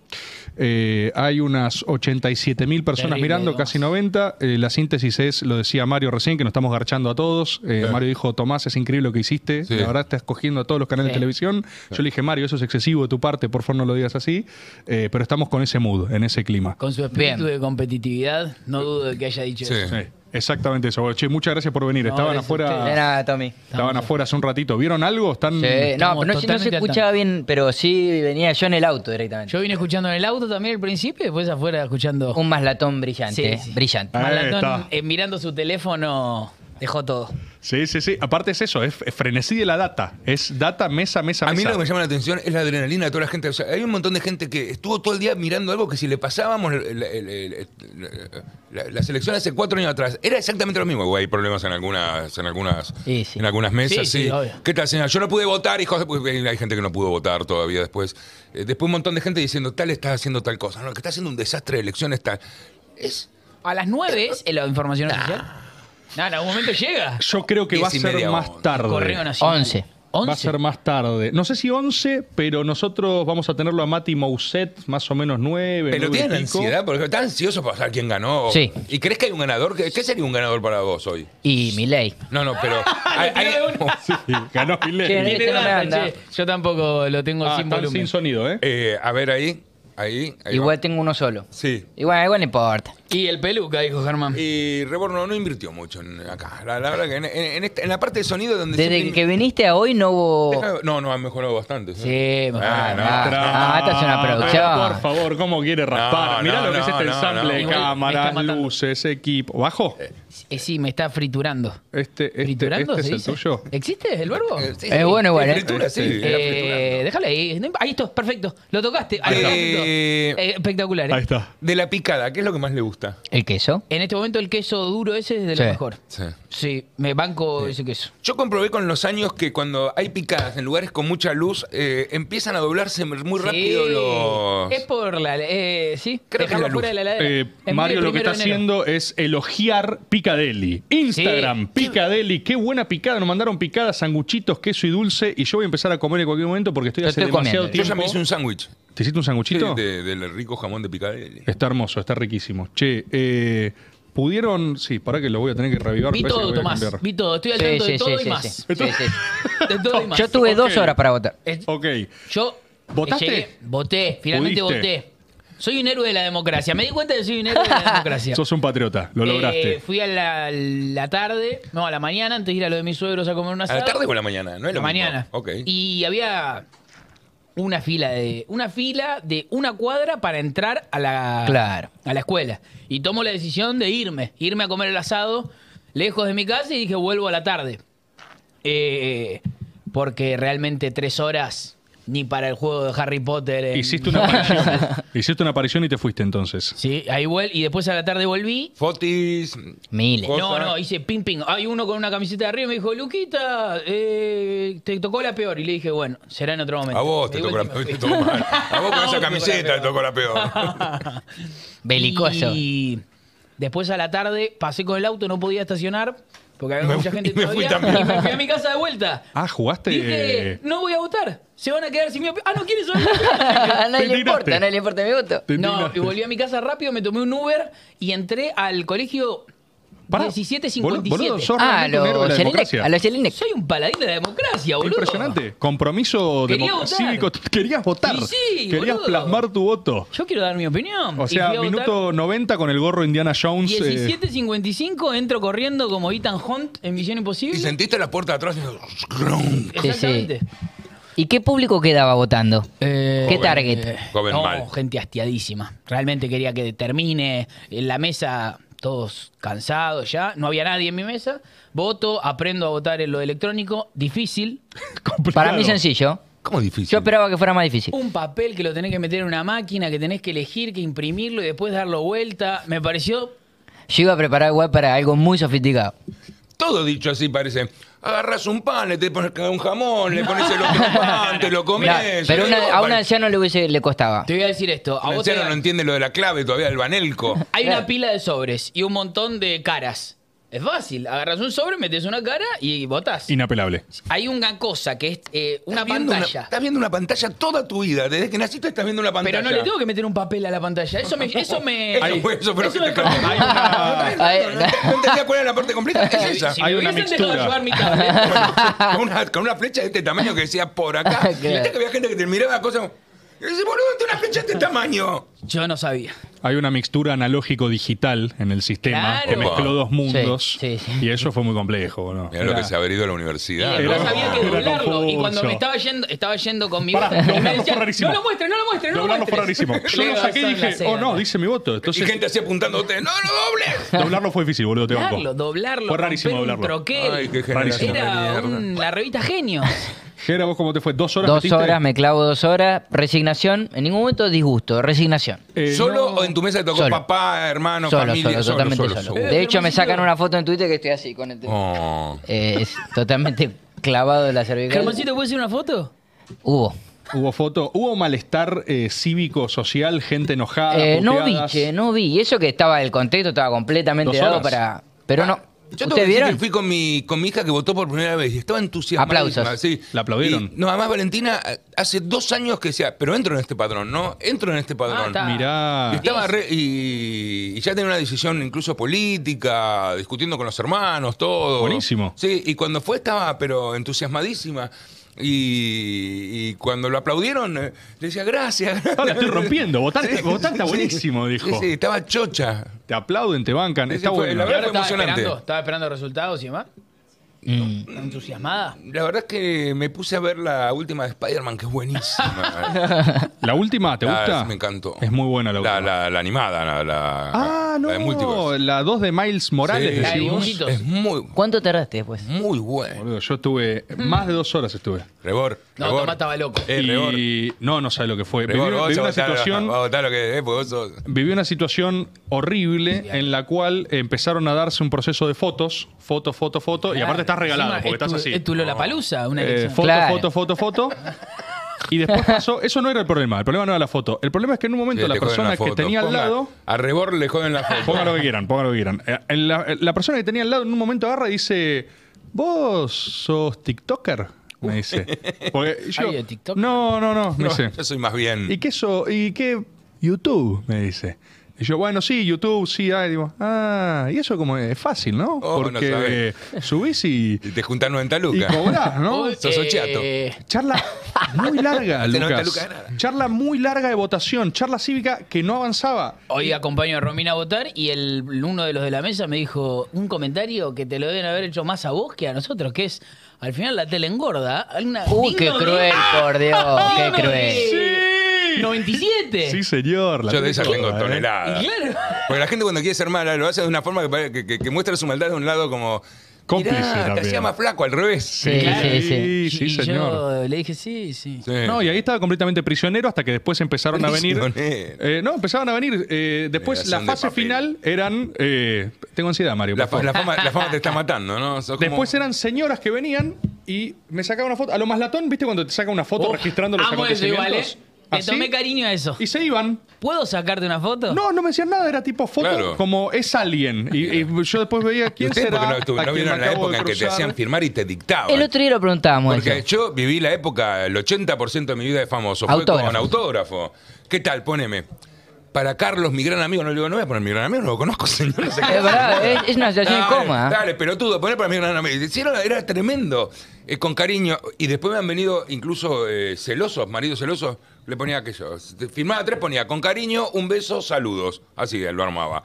Eh, hay unas 87 mil personas
Terrible,
mirando,
¿no?
casi 90. Eh, la síntesis es, lo decía Mario recién, que nos estamos garchando a todos. Eh,
Claro.
Mario dijo, Tomás, es increíble lo que hiciste.
Sí.
La verdad, estás cogiendo a todos los canales de
Sí.
televisión. Yo le dije, Mario, eso es excesivo de tu parte, por favor no lo digas así. Eh, pero estamos con ese mood, en ese clima.
Con su espíritu de competitividad, no dudo de que haya dicho
Sí.
eso.
Sí, exactamente eso. Bueno, che, muchas gracias por venir.
No,
Estaban
gracias a
afuera.
ustedes.
De nada, Tommy.
Estaban afuera hace un ratito. ¿Vieron algo? Están.
Sí, no,
estamos
pero Eh, no, se- no se
totalmente al
escuchaba bien, pero sí venía yo en el auto directamente.
Yo vine escuchando en el auto también al principio y después afuera escuchando.
Un maslatón brillante,
Sí, sí.
brillante.
Ahí
Malatón
está.
eh, mirando su teléfono, dejó todo.
Sí, sí, sí. Aparte es eso, es es frenesí de la data. Es data mesa, mesa,
A mí
mesa.
lo que me llama la atención es la adrenalina de toda la gente. O sea, hay un montón de gente que estuvo todo el día mirando algo que si le pasábamos el- el- el- el- la, la selección hace cuatro años atrás, era exactamente lo mismo. Güey, Hay problemas en algunas, en algunas,
Sí, sí.
En algunas mesas. Sí,
Sí, sí, obvio.
¿Qué tal, señora? Yo no pude votar, hijos. de- Porque hay gente que no pudo votar todavía después. Eh, después un montón de gente diciendo, tal está haciendo tal cosa. No, que está haciendo un desastre de elecciones tal. Es
A las 9 es la información oficial. Nada, en algún momento llega.
Yo creo que va a
Diez y
ser
media,
más
once.
tarde.
Correo Nacional.
11.
Va a ser
11.
más tarde. No sé si 11, pero nosotros vamos a tenerlo a Mati Mousset más o menos 9.
Pero tienen ansiedad, porque están ansiosos para saber quién ganó.
Sí.
¿Y crees que hay un ganador? ¿Qué qué sería un ganador para vos hoy?
Y Milei.
No, no, pero. hay- hay-
ganó Milei.
Este no me anda.
Che, Yo tampoco lo tengo
Ah,
sin
están
volumen.
sin sonido, ¿eh?
Eh, a ver ahí. Ahí. ahí
Igual
va.
tengo uno solo.
Sí.
Igual, igual no importa.
Y el peluca, dijo Germán.
Y Rebor no, no invirtió mucho en acá. La, la verdad que en, en- este, en esta- en la parte de sonido donde
Desde
siempre-
que viniste a hoy no hubo.
Deja- No, no, ha mejorado bastante.
Sí,
Ah,
ah,
no.
ah, ah, esta es una
pero Por
producción.
favor, ¿cómo quiere raspar?
No,
Mirá
no,
lo que es
no,
este
no,
ensamble
no.
de
Igual me está
cámaras,
matando.
luces, equipo. ¿Bajo?
Eh, sí, me está friturando.
Este, este,
¿Friturando
este es
se
el
dice?
tuyo.
¿Existe el verbo?
Es bueno igual, ¿eh?
Fritura, sí.
Este,
la
Eh,
fritura.
déjalo ahí. No imp- Ahí está, perfecto. Lo tocaste. Ahí está,
Eh,
perfecto. Eh, espectacular. ¿eh?
Ahí está.
de la picada, ¿qué es lo que más le gusta?
El queso.
En este momento el queso duro ese es de lo
Sí.
mejor.
Sí.
Sí, me banco ese queso.
Yo comprobé con los años que cuando hay picadas en lugares con mucha luz, eh, empiezan a doblarse muy
Sí.
rápido los.
Es por la... eh, sí,
Creo que es la
dejarlo
luz.
fuera de la heladera.
Eh,
Es muy
Mario
el
lo que está
primero de enero.
haciendo es elogiar Picadeli. Instagram,
Sí.
Picadeli. Qué buena picada. Nos mandaron picadas, sanguchitos, queso y dulce. Y yo voy a empezar a comer en cualquier momento porque estoy
Yo
hace
estoy
demasiado
comiendo.
Yo
tiempo.
ya me hice un sándwich.
¿Te hiciste un
Sí,
sanguchito?
de- del rico jamón de picadilly.
Está hermoso, está riquísimo. Che, eh, pudieron. Sí, para que lo voy a tener que revivar. parece
Vi
que lo
todo,
voy a
Tomás.
cambiar.
Vi todo. Estoy al
Sí,
tanto
sí,
de
sí,
todo y
sí,
más.
sí, sí, sí.
De todo y más.
Yo tuve dos
Ok.
horas para votar.
Es-
Ok.
Yo
¿Votaste?
llegué, voté, finalmente
Pudiste.
voté. Soy un héroe de la democracia. Me di cuenta que soy un héroe de la democracia.
Sos un patriota, lo
Eh,
lograste.
fui a la, la tarde, no, a la mañana, antes de ir a lo de mis suegros a comer una
¿A la tarde o a la mañana? No es lo
la
mismo.
mañana.
Ok.
Y había una fila de una fila de una cuadra para entrar a la
Claro.
a la escuela y tomo la decisión de irme, irme a comer el asado lejos de mi casa y dije vuelvo a la tarde. Eh, porque realmente tres horas ni para el juego de Harry Potter. en-
Hiciste una aparición. Hiciste una aparición y te fuiste entonces.
Sí, ahí vuel y después a la tarde volví
Fotis.
Miles.
Vos-
No,
Cosa.
no, hice ping ping. Hay uno con una camiseta de arriba y me dijo, Luquita, eh, te tocó la peor. Y le dije, bueno, será en otro momento.
A vos
Me
te
di
tocó la
vuelta y
peor.
me
te
fui.
tocó mal. A vos con
A vos
esa
te
camiseta te
tocó
tocó la peor.
Belicoso.
Y después a la tarde pasé con el auto, no podía estacionar porque había
Me
mucha
fui-
gente
y me fui
todavía.
también.
Y me fui a mi casa de vuelta.
Ah, jugaste. Eh,
Dije, no voy a votar. Se van a quedar sin mi opinión. Ah, no quieren saber.
a nadie
Te
le importa,
tiraste.
a nadie le importa mi voto.
Te
No,
indignaste.
y volví a mi casa rápido, me tomé un Uber y entré al colegio
Pará,
1757.
boludo, boludo, sos
Ah, a
realmente un héroe de la
los Yelindec,
democracia.
a los Yelindec.
Soy un paladín de la democracia, boludo.
Impresionante. Compromiso
Quería
democ-
votar.
cívico. Querías votar.
Y sí,
Querías
boludo.
plasmar tu voto.
Yo quiero dar mi opinión.
O
Y
sea,
fui a votar.
minuto 90 con el gorro Indiana Jones. eh,
17.55 entro corriendo como Ethan Hunt en Misión
Y
Imposible.
sentiste la puerta de atrás y.
Exactamente.
Sí, ¿Y qué público quedaba votando? Eh, ¿Qué
Eh,
Joven.
target?
Joven
no,
mal.
gente hastiadísima. Realmente quería que termine en la mesa todos cansados ya. No había nadie en mi mesa. Voto, aprendo a votar en lo electrónico. Difícil.
complicado.
Para mí sencillo.
¿Cómo difícil?
Yo esperaba que fuera más difícil.
Un papel que lo tenés que meter en una máquina, que tenés que elegir, que imprimirlo y después darlo vuelta. Me pareció...
Yo iba a preparar igual para algo muy sofisticado.
Todo dicho así parece. Agarras un pan, le te pones un jamón, le pones el otro pan, te lo eh, comes.
No,
Eh,
pero una- a un anciano le, hubiese- le costaba.
Te voy a decir esto. A
Un
vos te
anciano
dan-
no Eh. entiende lo de la clave todavía, el banelco.
Hay una pila de sobres y un montón de caras. Es fácil. Agarras un sobre, metes una cara y votas.
Inapelable.
Hay una cosa que es eh, una
Estás viendo
pantalla.
estás viendo una pantalla toda tu vida. Desde que naciste estás viendo una pantalla.
Pero no le tengo que meter un papel a la pantalla. Eso me. Eso me.
Eso fue- eso fue lo que
me
te cambió.
cambió.
Hay
Ay,
No entendía cuál era la parte completa. Es esa.
Si
Hay
me
una
hubiesen dejado
mixtura.
llevar mi tablet,
con, una, con una flecha de este tamaño que decía por acá. Y viste que había gente que te miraba cosas. Y dice, boludo, tiene una flecha de este tamaño.
Yo no sabía.
Hay una mixtura analógico-digital en el sistema
Claro.
que mezcló dos mundos.
Sí, sí, sí.
Y eso fue muy complejo, ¿no?
Mirá lo
Era-
que se ha ido a la
Y
universidad.
después
no.
había que
Era
doblarlo. Y cuando
confuso.
me estaba yendo, estaba yendo conmigo.
Pará, doblarlo fue rarísimo.
no lo muestres, no lo muestres, no lo
Doblarlo
muestres.
fue rarísimo. Yo lo
Leo,
saqué y
son
dije,
las seis
oh
de
no,
la
dice mi voto.
y
Entonces,
gente así apuntando a ustedes, ¡no lo dobles!
doblarlo fue difícil, boludo, te banco.
Doblarlo, doblarlo.
Fue rarísimo
romper un
doblarlo.
troquel.
Ay, qué
Rarísimo.
generación
Era
de mierda.
un- la revista Genios.
Jera, ¿vos cómo te fue? ¿Dos horas
Dos
metiste?
horas, me clavo dos horas. Resignación. En ningún momento disgusto, resignación.
Eh,
¿Solo o en tu mesa te tocó
Solo.
papá, hermano,
Solo,
familia?
solo, totalmente solo. De hecho, me sacan una foto en Twitter que estoy así con el teléfono.
Oh.
Eh, es totalmente clavado en la cervical.
Germancito, ¿puedes hacer una foto?
Hubo.
Hubo foto, hubo malestar eh, cívico, social, gente enojada.
Eh, no vi,
Ah, puteadas.
che, no vi. Y eso que estaba el contexto, estaba completamente
Dos
dado
horas.
para. Pero no.
Ah, Yo tengo que
¿Ustedes
decir
vieron?
que fui con mi, con mi hija que votó por primera vez y estaba entusiasmada.
Aplausos.
Sí.
¿La aplaudieron?
Y, no, además Valentina eh, hace dos años que decía, pero entro en este padrón, ¿no? Entro en este
Ah,
padrón.
está.
Y
Mirá.
estaba re- y, y ya tenía una decisión incluso política, discutiendo con los hermanos, todo.
Buenísimo.
Sí, y cuando fue estaba, pero entusiasmadísima. Y, y cuando lo aplaudieron, eh, le decía, gracias.
Ah, la estoy rompiendo. Votar está- votar está
sí.
buenísimo, dijo.
Sí, sí, estaba chocha.
Te aplauden, te bancan.
Sí, sí,
Está
fue-
bueno.
la verdad- fue
Ahora estaba
emocionante.
esperando, estaba esperando resultados y demás.
Mm.
Entusiasmada.
La verdad es que me puse a ver la última de Spider-Man, que es buenísima.
¿La última te
La-
gusta?
Me encantó.
Es muy buena la última.
La, la- la animada, la, la-
ah, no.
la de múltiples.
La 2 de Miles Morales,
Sí.
La de
decimos.
dibujitos.
Es muy,
¿Cuánto tardaste después?
muy buena.
Boludo, yo estuve más de dos horas estuve.
Rebor.
No,
Rebor.
Tomás estaba loco.
Eh, Rebor.
y no, no sabe lo que fue. Viví,
Rebor, vos
viví una
vas a votar,
situación,
vas a votar lo que es, porque vos sos-
viví una situación horrible en la cual empezaron a darse un proceso de fotos, foto, foto, foto, y aparte estás regalado
Encima
porque
es
estás
tu-
así.
Es tu Lollapalooza, una
Eh,
elección.
foto,
Claro.
foto, foto, foto. Y después pasó, eso no era el problema, el problema no era la foto. El problema es que en un momento
Sí,
la
le joden
persona que
foto.
tenía al
Ponga-
lado,
A Rebor le joden la foto.
pongan lo que quieran, pongan lo que quieran. Eh, en La, eh, la persona que tenía al lado en un momento agarra y dice, vos sos TikToker, me dice. Porque yo,
¿Hay de TikTok?
no, no, no, me
No,
dice.
Yo soy más bien.
¿Y qué eso? ¿Y qué? YouTube, me dice. Y yo, bueno, sí, YouTube, sí, ah, y digo, ah, y eso como es fácil, ¿no?
Oh, no
Porque
sabés.
eh, subís y,
Y te juntan 90
y
lucas.
cobrás, ¿no?
Uy,
Sos ochiato.
Charla muy larga,
Este no está
Lucas.
Lucas de nada.
Charla muy larga de votación, charla cívica que no avanzaba.
Hoy acompaño a Romina a votar y el, uno de los de la mesa me dijo un comentario que te lo deben haber hecho más a vos que a nosotros, que es, al final la tele engorda. Hay una- Ah,
Uy, qué
digno de-
cruel, por Dios, qué
Digno de
cruel.
97.
Sí, señor. la
Yo
tengo
de esas
toda,
tengo
¿eh?
toneladas.
Y claro.
Porque la gente cuando quiere ser mala lo hace de una forma que, pare- que- que- que muestra su maldad de un lado como...
Cómplice
"Mirá, te
también".
hacía más flaco, al revés.
Sí, sí, sí.
Sí, sí,
y
señor.
yo le dije, sí, sí.
Sí.
No, y ahí estaba completamente prisionero hasta que después empezaron a venir.
Prisionero.
Eh, no, empezaron a venir. eh, después la
Generación de
fase
papel.
final eran. eh, tengo ansiedad, Mario.
La,
por favor.
fa- la fama, la fama te está matando, ¿no? Sos como-
Después eran señoras que venían y me sacaban una foto. A lo más latón, ¿viste? Cuando te saca una foto
Uf,
registrando los
amo eso
acontecimientos.
igual, ¿eh? Me
Así,
tomé cariño a eso.
Y se iban.
¿Puedo sacarte una foto?
No, no me decían nada, era tipo foto
Claro.
como es alguien. Y, y yo después veía
¿Y
quién
ustedes
será.
porque no, tu-
a
no
quien
vieron
me
la
acabo de
época en que te
cruzar?
hacían firmar y te dictaban?
El otro día lo preguntábamos.
Porque
eso.
yo viví la época, el 80% de mi vida de famoso fue
Autógrafo.
con autógrafo. ¿Qué tal? Poneme. Para Carlos, mi gran amigo, no le digo, no voy a poner mi gran amigo, no lo conozco, señor. No sé qué
Es verdad, es, es una situación
Dale,
¿eh?
incómoda.
Dale, pelotudo, poné para mi gran amigo. Y hicieron- era tremendo, eh, con cariño. Y después me han venido incluso eh, celosos, maridos celosos, le ponía aquello. Te- Firmaba tres, ponía con cariño, un beso, saludos. Así lo armaba.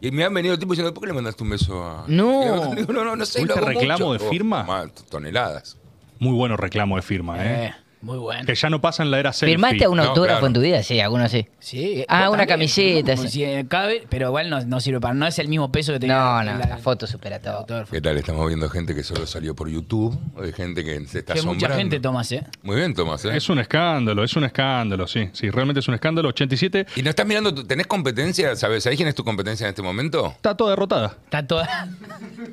Y me han venido tipos diciendo, ¿por qué le mandaste un beso a.?
No.
Digo, no, no, no sé.
¿Tuviste
lo hago
reclamo
mucho".
de firma?
ma, toneladas.
Muy bueno reclamo de firma, ¿eh?
Eh, muy bueno.
Que ya no pasa en la era selfie.
¿Firmaste un
No,
autógrafo
claro.
en tu vida? Sí, alguno sí.
Sí.
Ah,
yo
una camiseta,
¿no?
sí.
Si, eh, cabe, pero igual no, no sirve para. No es el mismo peso que tenía.
No,
el-
no,
el-
la foto supera
el
todo.
autógrafo.
¿Qué tal? Estamos viendo gente que solo salió por YouTube, de gente que se está
Que
asombrando.
mucha gente, Tomás, ¿eh?
Muy bien, Tomás. ¿eh?
Es un escándalo, es un escándalo, sí. Sí, realmente es un escándalo. 87
Y no estás mirando, tu- ¿tenés competencia? ¿Sabes? ¿Sabés quién es tu competencia en este momento?
está toda derrotada.
Está toda.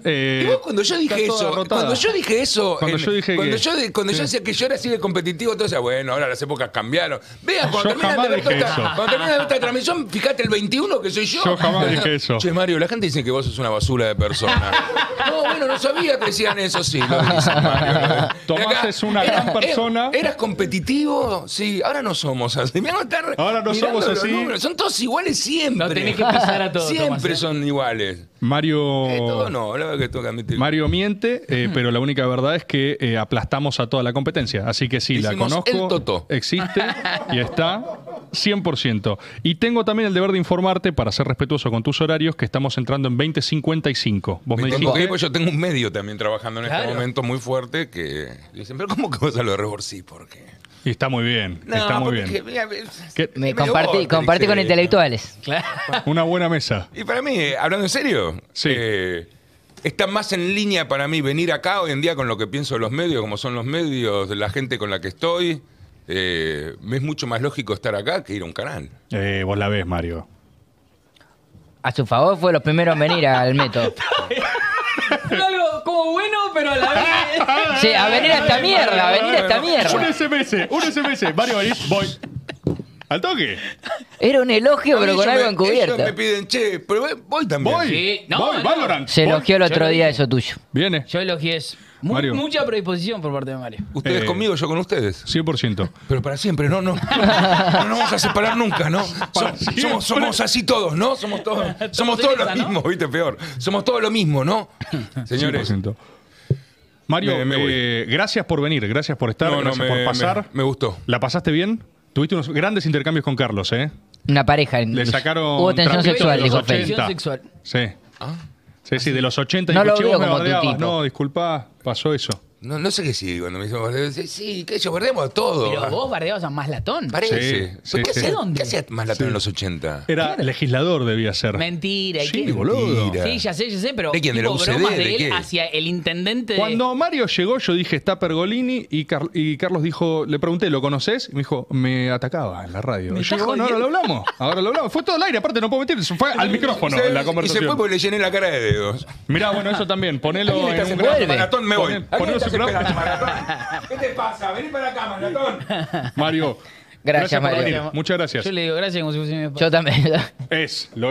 Eh,
Y vos, cuando yo dije
está toda
eso,
derrotada.
cuando yo dije eso,
Cuando
en-
yo dije
cuando
que-
yo, de- cuando yo decía que yo era así de competitivo, todo decía, bueno, ahora las épocas cambiaron. Vean, cuando
Yo
termina de ver
jamás
toda
dije
esta-
eso.
cuando termina de ver esta transmisión, fíjate el 21 que soy yo.
Yo jamás dije eso.
Che, Mario, la gente dice que vos sos una basura de persona. no, bueno, no sabía que decían eso, sí, lo dicen, Mario.
Tomás
Y
es una gran
eras-
persona.
¿Eras competitivo? Sí, ahora no somos así. Mirá, cómo estar
Ahora no
mirando
somos
los
así.
números. Son todos iguales siempre.
No tenés que pisar a todos,
Siempre
Tomás, ¿eh?
son iguales.
Mario.
Eh, todo no, la verdad que tengo que admitir.
Mario miente, eh, pero la única verdad es que eh, aplastamos a toda la competencia. Así que sí, la
Hicimos
conozco.
el totó.
Existe y está 100%. Y tengo también el deber de informarte, para ser respetuoso con tus horarios, que estamos entrando en 20.55. Vos me
Me
dijiste.
tengo que ir, porque yo tengo un medio también trabajando en
Claro.
este momento muy fuerte que dicen, pero ¿cómo que vas a lo de Rebor? Sí, ¿por qué?
Y está muy bien, está muy bien. Que-
Me
compartí
comparte, comparte con intelectuales.
Claro.
una buena mesa.
Y para mí, eh, hablando en serio,
Sí.
eh, está más en línea para mí venir acá hoy en día con lo que pienso de los medios, como son los medios, de la gente con la que estoy. Eh, me es mucho más lógico estar acá que ir a un canal.
Eh, vos la ves, Mario.
A su favor fue los primeros en venir al método.
Algo como bueno, pero a la vez.
Sí, a venir a esta mierda, a venir a esta
Un
mierda.
SMS, un SMS. Mario, venís, voy. Al toque.
Era un elogio, pero con algo encubierto.
Ellos me piden, che, pero voy- voy también.
Voy,
Sí. No,
voy,
no.
Valorant.
Se
voy.
elogió el
yo
otro
lo
día
dije.
eso tuyo.
Viene,
Yo elogié es mu-
Mario.
mucha predisposición por parte de Mario.
Ustedes
Eh.
conmigo, yo con ustedes.
100%.
Pero para siempre, no, no. No nos vamos a separar nunca, ¿no?
Para
Som-
siempre.
somos, somos así todos, ¿no? Somos todos, somos
en
todos lo
esa, ¿no?
mismo, ¿viste? Peor. Somos todos lo mismo, ¿no? Señores.
100%. Mario,
Me- me voy.
eh, gracias por venir, gracias por estar,
No, no,
gracias
me-
por pasar.
me- me gustó.
¿La pasaste bien? Tuviste unos grandes intercambios con Carlos, ¿eh?
Una pareja.
Le
incluso.
sacaron.
Hubo
trapitos
tensión
de
sexual,
los
dijo Félix.
80.
Tensión sexual. Ah.
Sí. Sí, sí, de los 80.
No
dijo,
lo
"Che,
veo
vos me
como tu
bardeabas".
tipo.
No, disculpa, pasó eso.
No, no sé qué sí, cuando me dicen, sí, sí, que ellos perdemos todo. Ah,
Pero vos bardeabas a más latón.
Parece.
Sí,
¿Pero
sí,
¿Qué
sí.
hacía-
¿Dónde?
¿Qué hacía más latón en los 80?
Era legislador, debía ser.
Mentira. ¿y
Sí,
qué?
boludo.
Mentira.
Sí, ya sé, ya sé, pero
¿De quién? ¿De
tipo
la UCD?
bromas de
¿De
él
qué?
hacia el intendente de-
Cuando Mario llegó, yo dije, está Pergolini, y, Car- y Carlos dijo, le pregunté, ¿lo conoces? Y me dijo, me atacaba en la radio.
Me
Yo
está
digo, bueno, ahora lo
jodiendo".
hablamos, ahora lo hablamos. Fue todo al aire, aparte, no puedo mentir, se fue al micrófono
Se-
en la
y se
conversación.
fue porque le llené la cara de dedos.
Mirá, bueno, eso también, ponelo
¿A quién
en
estás
un
esperando,
gráfico.
Maratón, me voy.
Poné-
¿A quién
ponelo en
estás
un gráfico.
esperando, Maratón? ¿Qué te pasa? Vení para acá, Maratón.
Mario.
Gracias,
por
Mario.
venir. Muchas gracias.
Yo le digo gracias como si fuese mi papá.
Yo también.
Es lo